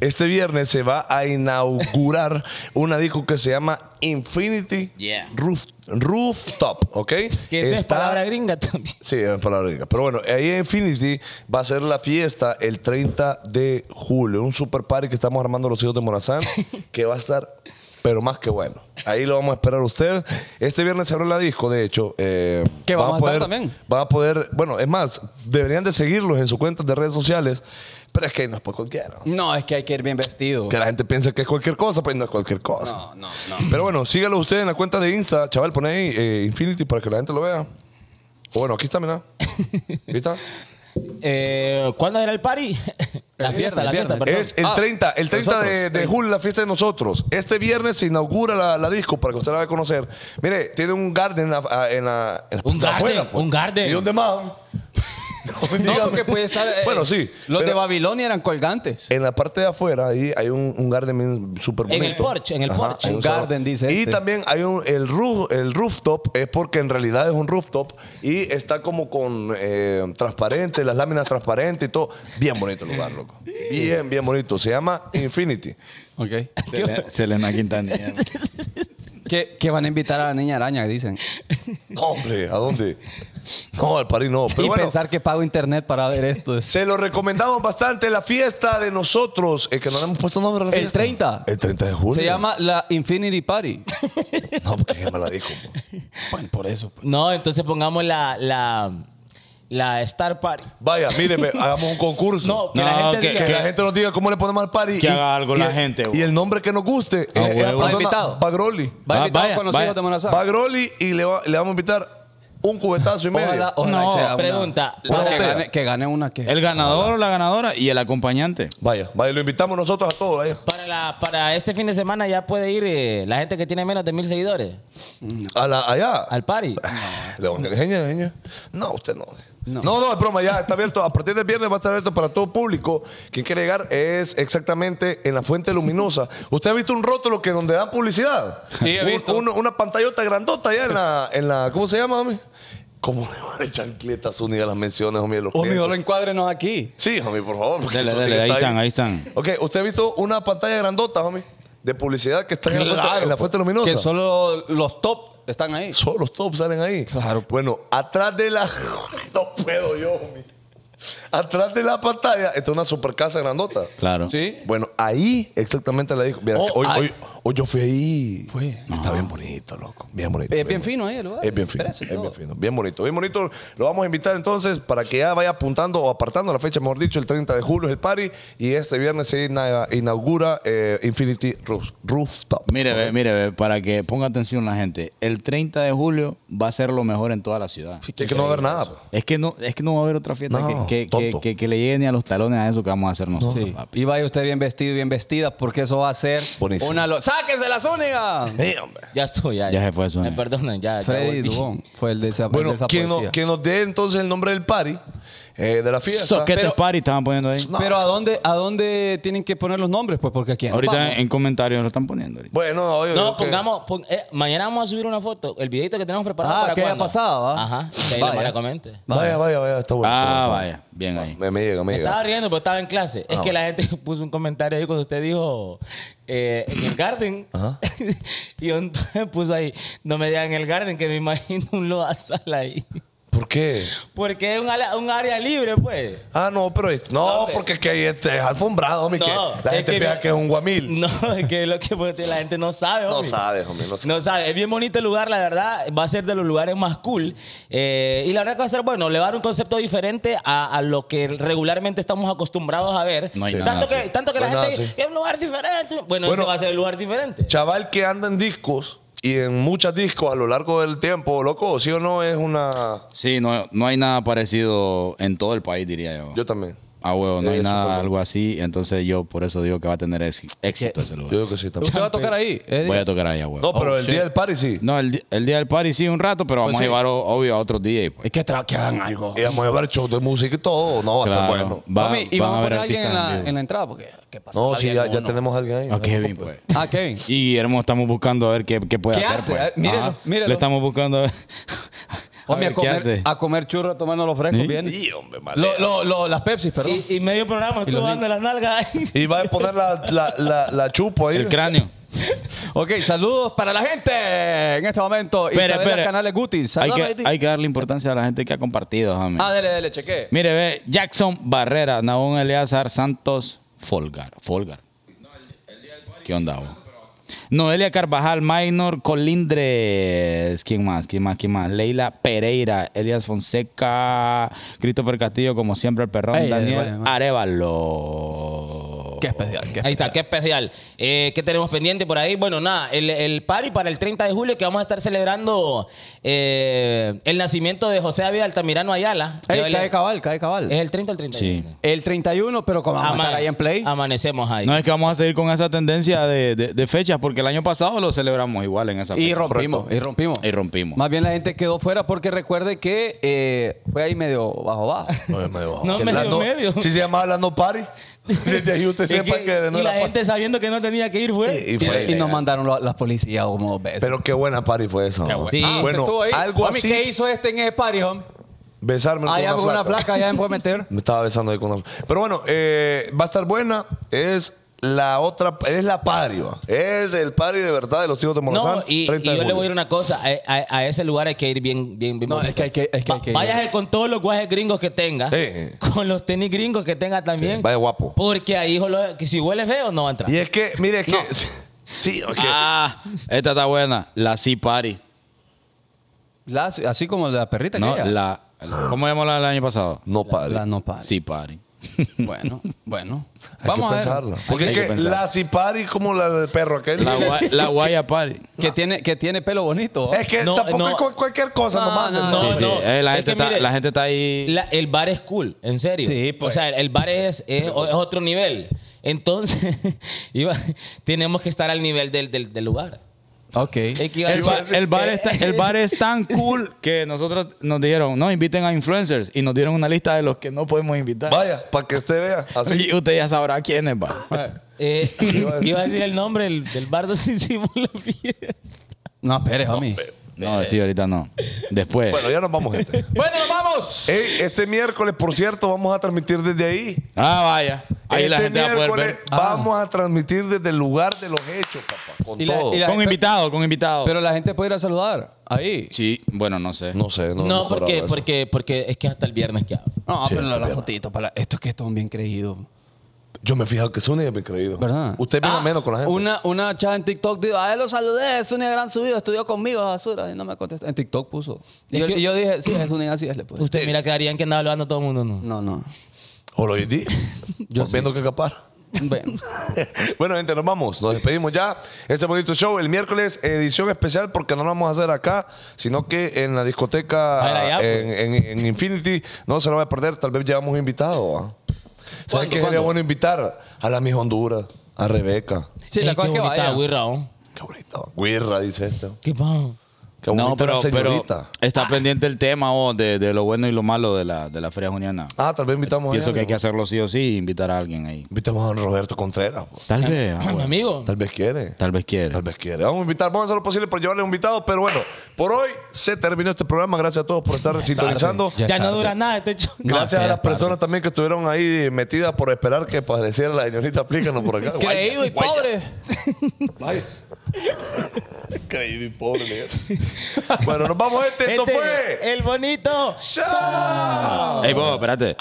[SPEAKER 1] este viernes se va a inaugurar una disco que se llama Infinity
[SPEAKER 4] Yeah.
[SPEAKER 1] Roof- Rooftop, ¿ok?
[SPEAKER 3] Que esa es
[SPEAKER 1] Está-
[SPEAKER 3] palabra gringa también.
[SPEAKER 1] Sí, en palabra única. Pero bueno, ahí en Infinity va a ser la fiesta el 30 de julio. Un super party que estamos armando los hijos de Morazán, que va a estar, pero más que bueno. Ahí lo vamos a esperar a ustedes. Este viernes se abre la disco, de hecho. eh,
[SPEAKER 2] Que
[SPEAKER 1] van
[SPEAKER 2] vamos a estar
[SPEAKER 1] poder-
[SPEAKER 2] también.
[SPEAKER 1] Van a poder, bueno, es más, deberían de seguirlos en sus cuentas de redes sociales, pero es que no es por cualquiera.
[SPEAKER 2] No, es que hay que ir bien vestido.
[SPEAKER 1] Que la gente piensa que es cualquier cosa, pues no es cualquier cosa. No, no, no. Pero bueno, sígalos ustedes en la cuenta de Insta. Chaval, pon ahí eh, Infinity para que la gente lo vea. O bueno, aquí está, mira. ¿Aquí está?
[SPEAKER 3] Eh, ¿Cuándo era el party? La
[SPEAKER 2] El viernes,
[SPEAKER 3] fiesta, la fiesta,
[SPEAKER 2] viernes.
[SPEAKER 3] perdón.
[SPEAKER 1] Es el
[SPEAKER 2] Ah,
[SPEAKER 1] 30, el 30 de,
[SPEAKER 2] nosotros,
[SPEAKER 1] de julio, la fiesta de nosotros. Este viernes se inaugura la, la disco para que usted la vaya a conocer. Mire, tiene un garden a- a- en la. en la-
[SPEAKER 3] Un garden,
[SPEAKER 1] afuera, pues.
[SPEAKER 3] un garden.
[SPEAKER 1] ¿Y dónde más? No,
[SPEAKER 2] No,
[SPEAKER 1] dígame.
[SPEAKER 2] porque puede estar. eh,
[SPEAKER 1] bueno, sí.
[SPEAKER 2] Los de
[SPEAKER 1] pero
[SPEAKER 2] Babilonia eran colgantes.
[SPEAKER 1] En la parte de afuera ahí hay un, un garden bien súper
[SPEAKER 3] En
[SPEAKER 1] bonito.
[SPEAKER 3] el porche, en el porche.
[SPEAKER 1] hay
[SPEAKER 2] Un
[SPEAKER 1] salón.
[SPEAKER 2] garden, dice
[SPEAKER 1] Y
[SPEAKER 2] este.
[SPEAKER 1] también hay un, el, roof, el rooftop, es porque en realidad es un rooftop y está como con eh, transparente, las láminas transparentes y todo. Bien bonito el lugar, loco. Bien, bien bonito. Se llama Infinity.
[SPEAKER 2] Ok.
[SPEAKER 4] Selena, Selena Quintanilla.
[SPEAKER 2] Que, que van a invitar a la niña araña, dicen.
[SPEAKER 1] No, hombre, ¿a dónde? No, al París no. Pero
[SPEAKER 2] y
[SPEAKER 1] bueno,
[SPEAKER 2] pensar que pago internet para ver esto.
[SPEAKER 1] se lo recomendamos bastante la fiesta de nosotros. Es que no le hemos puesto nombre a la
[SPEAKER 2] El
[SPEAKER 1] fiesta.
[SPEAKER 2] 30.
[SPEAKER 1] El 30 de julio.
[SPEAKER 2] Se llama la Infinity Party.
[SPEAKER 1] No, porque ya me la dijo. po.
[SPEAKER 3] No, entonces pongamos la, la, la Star Party.
[SPEAKER 1] Vaya, míreme, hagamos un concurso.
[SPEAKER 3] No, que
[SPEAKER 4] No,
[SPEAKER 3] la gente
[SPEAKER 4] que-
[SPEAKER 1] Que
[SPEAKER 3] diga.
[SPEAKER 1] la gente nos diga cómo le ponemos al party.
[SPEAKER 4] Que haga algo la
[SPEAKER 1] el-
[SPEAKER 4] gente,
[SPEAKER 1] Y
[SPEAKER 4] güey.
[SPEAKER 1] el nombre que nos guste.
[SPEAKER 4] Ah,
[SPEAKER 1] es, es la
[SPEAKER 4] huevo.
[SPEAKER 1] persona
[SPEAKER 2] Invitado.
[SPEAKER 1] Bagroli.
[SPEAKER 2] Va
[SPEAKER 4] Ah,
[SPEAKER 2] a invitar
[SPEAKER 4] vaya,
[SPEAKER 2] con los
[SPEAKER 4] vaya.
[SPEAKER 2] hijos de Morazán.
[SPEAKER 1] Bagroli y le, va- le vamos a invitar un cubetazo y medio.
[SPEAKER 2] Ojalá, ojalá
[SPEAKER 4] No,
[SPEAKER 2] que sea una-
[SPEAKER 3] pregunta.
[SPEAKER 2] una
[SPEAKER 1] Para-
[SPEAKER 2] que, gane, que gane una que.
[SPEAKER 4] El ganador o la ganadora y el acompañante.
[SPEAKER 1] Vaya, vaya, lo invitamos nosotros a todos. Vaya.
[SPEAKER 3] Para, la, para este fin de semana ya puede ir eh, la gente que tiene menos de mil seguidores
[SPEAKER 1] A la, allá.
[SPEAKER 3] al party.
[SPEAKER 1] Le van a enseñar, enseñar. No, usted no. No. no, es broma, ya está abierto. A partir del viernes va a estar abierto para todo público. Quien quiere llegar es exactamente en la Fuente Luminosa. ¿Usted ha visto un rótulo que donde dan publicidad?
[SPEAKER 2] Sí, he
[SPEAKER 1] Un-
[SPEAKER 2] visto.
[SPEAKER 1] un- una pantallota grandota allá en la, en la. ¿Cómo se llama, mami? ¿Cómo le van a chancletas únicas las menciones, homie? de los
[SPEAKER 2] Homie,
[SPEAKER 1] clientes?
[SPEAKER 2] solo encuádrenos aquí.
[SPEAKER 1] Sí, homie, por favor. porque
[SPEAKER 4] Dele,
[SPEAKER 1] eso
[SPEAKER 4] dele,
[SPEAKER 1] que
[SPEAKER 4] ahí
[SPEAKER 1] está
[SPEAKER 4] están, ahí están.
[SPEAKER 1] Ok, ¿usted ha visto una pantalla grandota, homie? De publicidad que está en, la fuente, en la Fuente Luminosa.
[SPEAKER 2] Que solo los top están ahí.
[SPEAKER 1] Solo los tops salen ahí. Claro. Bueno, atrás de la. no puedo yo, homie. Atrás de la pantalla está una super casa grandota.
[SPEAKER 4] Claro.
[SPEAKER 2] Sí.
[SPEAKER 1] Bueno, ahí exactamente la dijo. Mira,
[SPEAKER 2] Oh,
[SPEAKER 1] hoy,
[SPEAKER 2] ay.
[SPEAKER 1] hoy- hoy yo fui ahí. Está bien bonito, loco. Bien bonito.
[SPEAKER 2] Es Eh, bien fino ahí el lugar.
[SPEAKER 1] Es bien fino.
[SPEAKER 2] Parece
[SPEAKER 1] Es bien
[SPEAKER 2] todo.
[SPEAKER 1] fino. Bien bonito. Bien bonito. Lo vamos a invitar entonces para que ya vaya apuntando o apartando la fecha, mejor dicho, el 30 de julio es el party y este viernes se ina- inaugura eh, Infinity Roof- Rooftop.
[SPEAKER 4] Mire, ve, mire, ve, para que ponga atención la gente. El 30 de julio va a ser lo mejor en toda la ciudad.
[SPEAKER 1] Sí, que no va a haber nada. po.
[SPEAKER 4] Es que no, es que no va a haber otra fiesta
[SPEAKER 1] No,
[SPEAKER 4] que, que- que-
[SPEAKER 1] tonto.
[SPEAKER 4] que- que le llegue ni a los talones a eso que vamos a hacer nosotros,
[SPEAKER 2] Sí.
[SPEAKER 4] papi.
[SPEAKER 2] Y vaya usted bien vestido y bien vestida, porque eso va a ser
[SPEAKER 1] Buenísimo.
[SPEAKER 2] una. Lo... ¡Sáquense las únicas!
[SPEAKER 1] Sí, hombre.
[SPEAKER 3] Ya estoy, ya.
[SPEAKER 4] Ya se fue, Sonia.
[SPEAKER 3] Me perdonan, ya. ya
[SPEAKER 2] Freddy
[SPEAKER 3] volví.
[SPEAKER 2] Dubón fue el de esa, el
[SPEAKER 1] Bueno,
[SPEAKER 2] de esa
[SPEAKER 1] que, no-
[SPEAKER 2] poesía.
[SPEAKER 1] que nos dé entonces el nombre del party, eh, de la fiesta.
[SPEAKER 4] Soquete
[SPEAKER 2] Pero-
[SPEAKER 4] Party estaban poniendo ahí.
[SPEAKER 1] No.
[SPEAKER 2] Pero ¿a dónde, ¿a dónde tienen que poner los nombres? Pues porque aquí.
[SPEAKER 4] ahorita en comentarios lo están poniendo. ahorita.
[SPEAKER 1] Bueno, no, yo
[SPEAKER 3] No,
[SPEAKER 1] digo que-
[SPEAKER 3] pongamos. pon- eh, mañana vamos a subir una foto. El videito que tenemos preparado.
[SPEAKER 2] Ah,
[SPEAKER 3] para
[SPEAKER 2] que haya
[SPEAKER 3] cuándo?
[SPEAKER 2] pasado, ¿va?
[SPEAKER 3] Ajá. Que ahí la
[SPEAKER 2] Vaya.
[SPEAKER 3] Mara comente.
[SPEAKER 1] Vaya, vaya, vaya, está bueno. está
[SPEAKER 4] ah,
[SPEAKER 1] bueno.
[SPEAKER 4] vaya. Bien ahí.
[SPEAKER 1] Me, me llega, me
[SPEAKER 3] Estaba
[SPEAKER 1] llega.
[SPEAKER 3] riendo, pero estaba en clase. es que la gente puso un comentario ahí cuando usted dijo eh, en el garden. y un puso ahí, no me digan el garden, que me imagino un lodazal ahí.
[SPEAKER 1] ¿Por qué?
[SPEAKER 3] Porque es un, ala- un área libre, pues.
[SPEAKER 1] Ah, no, pero es-
[SPEAKER 3] No,
[SPEAKER 1] no,
[SPEAKER 3] hombre.
[SPEAKER 1] porque es que ahí este, es alfombrado, homie,
[SPEAKER 3] No,
[SPEAKER 1] que la
[SPEAKER 3] es
[SPEAKER 1] gente
[SPEAKER 3] que
[SPEAKER 1] piensa
[SPEAKER 3] no-
[SPEAKER 1] que es un guamil.
[SPEAKER 3] No, es que lo que pues, la gente no sabe,
[SPEAKER 1] No,
[SPEAKER 3] homie.
[SPEAKER 1] sabes, homie, no sabes.
[SPEAKER 3] No sabe, es bien bonito el lugar, la verdad. Va a ser de los lugares más cool. Eh, y la verdad que va a estar bueno. Le va a dar un concepto diferente a, a lo que regularmente estamos acostumbrados a ver.
[SPEAKER 4] No hay
[SPEAKER 3] tanto,
[SPEAKER 4] nada
[SPEAKER 3] que,
[SPEAKER 4] así.
[SPEAKER 3] tanto que
[SPEAKER 1] No
[SPEAKER 3] la
[SPEAKER 1] hay nada
[SPEAKER 3] gente
[SPEAKER 1] así.
[SPEAKER 3] dice, es un lugar diferente. Bueno,
[SPEAKER 1] Bueno,
[SPEAKER 3] ese va a ser el lugar diferente.
[SPEAKER 1] Chaval que anda en discos y en muchas discos a lo largo del tiempo, loco, sí o no es una...
[SPEAKER 4] Sí, no, no hay nada parecido en todo el país, diría yo.
[SPEAKER 1] Yo también.
[SPEAKER 4] ah, huevo, no
[SPEAKER 1] Eh,
[SPEAKER 4] hay nada,
[SPEAKER 1] supongo.
[SPEAKER 4] algo así. Entonces yo por eso digo que va a tener éxi- éxito ese
[SPEAKER 1] Yo
[SPEAKER 4] lugar.
[SPEAKER 1] digo que sí también.
[SPEAKER 2] ¿Usted va a tocar ahí? Eh,
[SPEAKER 4] Voy a tocar allá, huevo.
[SPEAKER 1] No, pero
[SPEAKER 2] Oh,
[SPEAKER 1] el
[SPEAKER 2] shit.
[SPEAKER 1] día del party sí.
[SPEAKER 4] No, el, di- el día del party sí un rato, pero vamos
[SPEAKER 2] Pues sí.
[SPEAKER 4] a llevar o- obvio a otros DJ. pues.
[SPEAKER 2] Es que, tra- que hagan algo.
[SPEAKER 1] Y vamos a llevar show de música y todo. No, va a estar
[SPEAKER 4] Claro.
[SPEAKER 1] bueno.
[SPEAKER 4] Va-
[SPEAKER 2] Homie, pues, y
[SPEAKER 4] van
[SPEAKER 2] vamos a poner a
[SPEAKER 4] ver
[SPEAKER 2] alguien en
[SPEAKER 4] artistas
[SPEAKER 2] la,
[SPEAKER 4] vivo.
[SPEAKER 2] en la entrada porque ¿qué pasa?
[SPEAKER 1] No,
[SPEAKER 2] La
[SPEAKER 1] sí,
[SPEAKER 2] vida
[SPEAKER 1] ya,
[SPEAKER 2] de
[SPEAKER 1] ya
[SPEAKER 2] uno.
[SPEAKER 1] tenemos a alguien ahí.
[SPEAKER 4] A
[SPEAKER 1] no te
[SPEAKER 4] Kevin,
[SPEAKER 1] preocupes.
[SPEAKER 4] pues.
[SPEAKER 2] Ah, Kevin.
[SPEAKER 4] Y Hermo estamos buscando a ver qué, qué puede
[SPEAKER 2] ¿Qué
[SPEAKER 4] hacer.
[SPEAKER 2] hace?
[SPEAKER 4] pues.
[SPEAKER 2] Eh, mírelo,
[SPEAKER 4] Ajá.
[SPEAKER 2] mírelo.
[SPEAKER 4] Le estamos buscando a ver. a
[SPEAKER 2] Homie, a,
[SPEAKER 4] ver qué
[SPEAKER 2] comer,
[SPEAKER 4] hace.
[SPEAKER 2] a comer churros, tomando los frescos,
[SPEAKER 4] Sí.
[SPEAKER 2] bien.
[SPEAKER 1] Sí, hombre, mal.
[SPEAKER 2] Lo- lo- lo- las Pepsi, perdón.
[SPEAKER 3] Y, y medio programa
[SPEAKER 2] los
[SPEAKER 3] estuvo dando las nalgas.
[SPEAKER 1] Y va a poner la, la, la, la chupo ahí.
[SPEAKER 4] El cráneo.
[SPEAKER 2] Ok, saludos para la gente en este momento.
[SPEAKER 4] Espere,
[SPEAKER 2] Isabela
[SPEAKER 4] espere.
[SPEAKER 2] Canales Guti.
[SPEAKER 4] Hay
[SPEAKER 2] Saludos.
[SPEAKER 4] que,
[SPEAKER 2] Haití.
[SPEAKER 4] hay que darle importancia a la gente que ha compartido, homie.
[SPEAKER 2] Ah, dele, dele, cheque.
[SPEAKER 4] Mire, ve, Jackson Barrera, Nahón Eleazar Santos, Folgar. Folgar. ¿Qué onda, vos? Noelia Carvajal, Minor Colindres. ¿Quién más? ¿Quién más? ¿Quién más? Leila Pereira, Elias Fonseca, Christopher Castillo, como siempre, el perrón,
[SPEAKER 2] Ey,
[SPEAKER 4] Daniel
[SPEAKER 2] bueno, bueno.
[SPEAKER 4] Arevalo.
[SPEAKER 2] Qué especial. qué
[SPEAKER 3] Ahí está, qué especial. Eh, ¿Qué tenemos pendiente por ahí? Bueno, nada, el, el party para el 30 de julio que vamos a estar celebrando eh, el nacimiento de José David Altamirano Ayala.
[SPEAKER 2] especial. Ey,
[SPEAKER 3] Ya
[SPEAKER 2] cae
[SPEAKER 3] le-
[SPEAKER 2] cabal, cae cabal.
[SPEAKER 4] Eh,
[SPEAKER 3] ¿Es el 30 o el 30?
[SPEAKER 4] Sí.
[SPEAKER 2] El 31, pero como vamos a estar ahí en Play.
[SPEAKER 3] Amanecemos ahí.
[SPEAKER 4] No es que vamos a seguir con esa tendencia de, de- de fechas, porque el año pasado lo celebramos igual en esa fecha.
[SPEAKER 2] Y rompimos, y rompimos.
[SPEAKER 4] Y rompimos.
[SPEAKER 2] Más bien la gente quedó fuera porque recuerde que eh, fue ahí medio bajo bajo.
[SPEAKER 1] Oye, me dijo,
[SPEAKER 3] No,
[SPEAKER 1] que
[SPEAKER 3] medio,
[SPEAKER 1] la
[SPEAKER 3] medio.
[SPEAKER 1] Si se llama la no party, desde ahí usted
[SPEAKER 3] Es
[SPEAKER 1] sepa que, no
[SPEAKER 3] y la
[SPEAKER 1] era
[SPEAKER 3] gente sabiendo que no tenía que ir fue.
[SPEAKER 1] party. Y
[SPEAKER 2] Y,
[SPEAKER 1] fue
[SPEAKER 2] y nos
[SPEAKER 1] ilegal.
[SPEAKER 2] mandaron lo- las policías como dos veces.
[SPEAKER 1] Pero qué buena party fue eso. ¿no?
[SPEAKER 3] Sí.
[SPEAKER 2] Ah, usted
[SPEAKER 1] bueno,
[SPEAKER 2] estuvo ahí.
[SPEAKER 1] algo
[SPEAKER 2] Homie,
[SPEAKER 1] así.
[SPEAKER 2] ¿Qué hizo este en ese party, homie?
[SPEAKER 1] Besarme
[SPEAKER 2] Ah, ya con una flaca, ya me puede meter.
[SPEAKER 1] Me estaba besando ahí con una. Pero bueno, eh, va a estar buena. Es la otra, es la party, va. Es el party de verdad de los hijos de Morazán.
[SPEAKER 3] No, y,
[SPEAKER 1] 30
[SPEAKER 3] y
[SPEAKER 1] de
[SPEAKER 3] yo le
[SPEAKER 1] julio.
[SPEAKER 3] voy a decir una cosa, a, a- a ese lugar hay que ir bien, bien, bien
[SPEAKER 2] No,
[SPEAKER 3] bonito.
[SPEAKER 2] es que hay que- es que hay que ir.
[SPEAKER 3] Váyase con todos los guajes gringos que tenga,
[SPEAKER 1] Sí.
[SPEAKER 3] con los tenis gringos que tenga también.
[SPEAKER 1] vaya guapo.
[SPEAKER 3] Porque ahí, jolo- que si huele feo, no va a entrar.
[SPEAKER 1] Y es que, mire, es que. Sí, ok.
[SPEAKER 4] Ah, esta está buena. La Sea Party.
[SPEAKER 2] La- así como la perrita
[SPEAKER 4] No,
[SPEAKER 2] que ella.
[SPEAKER 4] la, la- ¿Cómo llamó la del año pasado?
[SPEAKER 1] no party.
[SPEAKER 2] La no party.
[SPEAKER 4] Sí, party.
[SPEAKER 2] Bueno, bueno.
[SPEAKER 1] Hay
[SPEAKER 2] Vamos
[SPEAKER 1] que
[SPEAKER 2] a ver.
[SPEAKER 1] pensarlo. Porque
[SPEAKER 4] Hay
[SPEAKER 1] es
[SPEAKER 4] que
[SPEAKER 1] que
[SPEAKER 4] pensar.
[SPEAKER 1] la si party como la del perro aquel.
[SPEAKER 4] La, guay- la guaya party.
[SPEAKER 2] Que tiene, que tiene pelo bonito. ¿oh?
[SPEAKER 1] es que
[SPEAKER 3] No,
[SPEAKER 1] tampoco
[SPEAKER 3] no.
[SPEAKER 1] es cu- cualquier cosa,
[SPEAKER 2] No,
[SPEAKER 1] nomás.
[SPEAKER 2] no,
[SPEAKER 1] No,
[SPEAKER 2] no.
[SPEAKER 4] Sí, sí.
[SPEAKER 3] no,
[SPEAKER 4] Eh, la,
[SPEAKER 3] es
[SPEAKER 4] gente
[SPEAKER 3] que
[SPEAKER 4] está,
[SPEAKER 3] mire,
[SPEAKER 4] la gente está ahí.
[SPEAKER 3] La- el bar es cool, en serio.
[SPEAKER 2] Sí, pues.
[SPEAKER 3] O sea, el, el bar es, es- o- es otro nivel. Entonces, iba- tenemos que estar al nivel del, del- del lugar.
[SPEAKER 2] Ok.
[SPEAKER 3] Es que iba a
[SPEAKER 4] El bar,
[SPEAKER 3] decir-
[SPEAKER 4] el bar está- el bar es tan cool que nosotros nos dijeron, no, inviten a influencers. Y nos dieron una lista de los que no podemos invitar.
[SPEAKER 1] Vaya, para que usted vea. Así.
[SPEAKER 4] Y usted ya sabrá quiénes va.
[SPEAKER 3] Eh, iba a decir el nombre del, del bar donde hicimos la fiesta.
[SPEAKER 2] No, espere, homie.
[SPEAKER 4] No, sí, ahorita no. Después.
[SPEAKER 1] Bueno, ya nos vamos, gente.
[SPEAKER 2] Bueno, nos vamos.
[SPEAKER 1] Ey, este miércoles, por cierto, vamos a transmitir desde ahí.
[SPEAKER 4] Ah, vaya. Ahí
[SPEAKER 1] este
[SPEAKER 4] la gente va a poder
[SPEAKER 1] miércoles
[SPEAKER 4] ver. Ah.
[SPEAKER 1] vamos a transmitir desde el lugar de los hechos, papá. Con
[SPEAKER 2] Y la-
[SPEAKER 1] todo.
[SPEAKER 2] y la-
[SPEAKER 3] Ah,
[SPEAKER 4] Con invitados, con invitados.
[SPEAKER 2] Pero la gente puede ir a saludar. Ahí.
[SPEAKER 4] sí, bueno, no sé.
[SPEAKER 1] No sé, no.
[SPEAKER 3] No,
[SPEAKER 1] mejor
[SPEAKER 3] porque,
[SPEAKER 1] ahora.
[SPEAKER 3] porque, porque es que hasta el viernes que abre.
[SPEAKER 2] No, ah,
[SPEAKER 1] Sí,
[SPEAKER 2] pero
[SPEAKER 1] este
[SPEAKER 2] la
[SPEAKER 1] tema.
[SPEAKER 2] fotito para esto es que esto es bien creído.
[SPEAKER 1] Yo me he fijado que Zúñiga es bien creído.
[SPEAKER 2] ¿Verdad?
[SPEAKER 1] Usted viene
[SPEAKER 2] Ah,
[SPEAKER 1] menos con la gente.
[SPEAKER 2] Una, una chava en TikTok dijo, a él lo saludé, es una gran subida, estudió conmigo, basura. Y no me contestó. En TikTok puso. Y,
[SPEAKER 3] Es
[SPEAKER 2] yo,
[SPEAKER 3] que-
[SPEAKER 2] y yo dije, sí, es una así es, le puse.
[SPEAKER 3] Usted mira que Darían que andaba hablando todo el mundo, ¿no?
[SPEAKER 2] No, no.
[SPEAKER 1] O lo di. Yo viendo que capar.
[SPEAKER 2] Bueno.
[SPEAKER 1] bueno, gente, nos vamos. Nos despedimos ya. Este bonito show. El miércoles, edición especial, porque no lo vamos a hacer acá, sino que en la discoteca,
[SPEAKER 3] Vaya, ya, pues.
[SPEAKER 1] en, en- en Infinity, no se lo va a perder. Tal vez llevamos invitado. ¿va? ¿Saben
[SPEAKER 2] ¿Cuándo,
[SPEAKER 1] qué sería
[SPEAKER 2] cuándo?
[SPEAKER 1] bueno invitar? A la Miss Honduras, a Rebeca.
[SPEAKER 2] Sí, la
[SPEAKER 3] Ey,
[SPEAKER 2] cosa es
[SPEAKER 3] qué
[SPEAKER 2] que
[SPEAKER 3] bonita
[SPEAKER 2] vaya.
[SPEAKER 3] güey, Raúl.
[SPEAKER 1] Qué bonito. Guirra, dice este.
[SPEAKER 3] Qué pavo.
[SPEAKER 1] Qué bonita
[SPEAKER 4] No, pero,
[SPEAKER 1] la
[SPEAKER 4] pero
[SPEAKER 1] señorita.
[SPEAKER 4] está pendiente el tema vos, de, de lo bueno y lo malo de la, de la Feria Juniana.
[SPEAKER 1] Ah, tal vez invitamos a
[SPEAKER 4] Pienso
[SPEAKER 1] ella,
[SPEAKER 4] que hay que
[SPEAKER 1] ¿no?
[SPEAKER 4] hacerlo sí o sí e invitar a alguien ahí.
[SPEAKER 1] Invitamos a don Roberto Contreras. pues.
[SPEAKER 4] Tal vez, ah,
[SPEAKER 3] Mi
[SPEAKER 4] bueno.
[SPEAKER 3] amigo.
[SPEAKER 1] Tal vez quiere.
[SPEAKER 4] tal vez quiere.
[SPEAKER 1] Tal vez quiere. Vamos a invitar, vamos a hacer lo posible por llevarle un invitado, pero bueno, por hoy se terminó este programa. Gracias a todos por estar sintonizando.
[SPEAKER 2] Ya
[SPEAKER 3] Ya,
[SPEAKER 2] es
[SPEAKER 3] no
[SPEAKER 2] tarde.
[SPEAKER 3] dura nada este show.
[SPEAKER 1] Gracias
[SPEAKER 2] ya
[SPEAKER 1] a las
[SPEAKER 2] es tarde.
[SPEAKER 1] personas también que estuvieron ahí metidas por esperar que apareciera la señorita Aplícanos por acá. Guaya,
[SPEAKER 2] Creído y
[SPEAKER 1] guaya,
[SPEAKER 2] pobre.
[SPEAKER 1] vaya. Creído y pobre, Miguel. Bueno, nos vamos, gente. Esto
[SPEAKER 3] Este,
[SPEAKER 1] fue.
[SPEAKER 3] El bonito.
[SPEAKER 4] Ey, vos, espérate.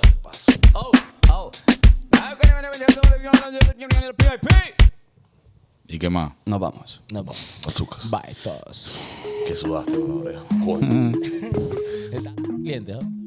[SPEAKER 4] ¿Y qué más?
[SPEAKER 2] Nos vamos.
[SPEAKER 3] Nos vamos.
[SPEAKER 1] Azúcar.
[SPEAKER 3] Bye, todos.
[SPEAKER 1] Que sudaste con la oreja. Joder.
[SPEAKER 3] Está caliente, ¿no?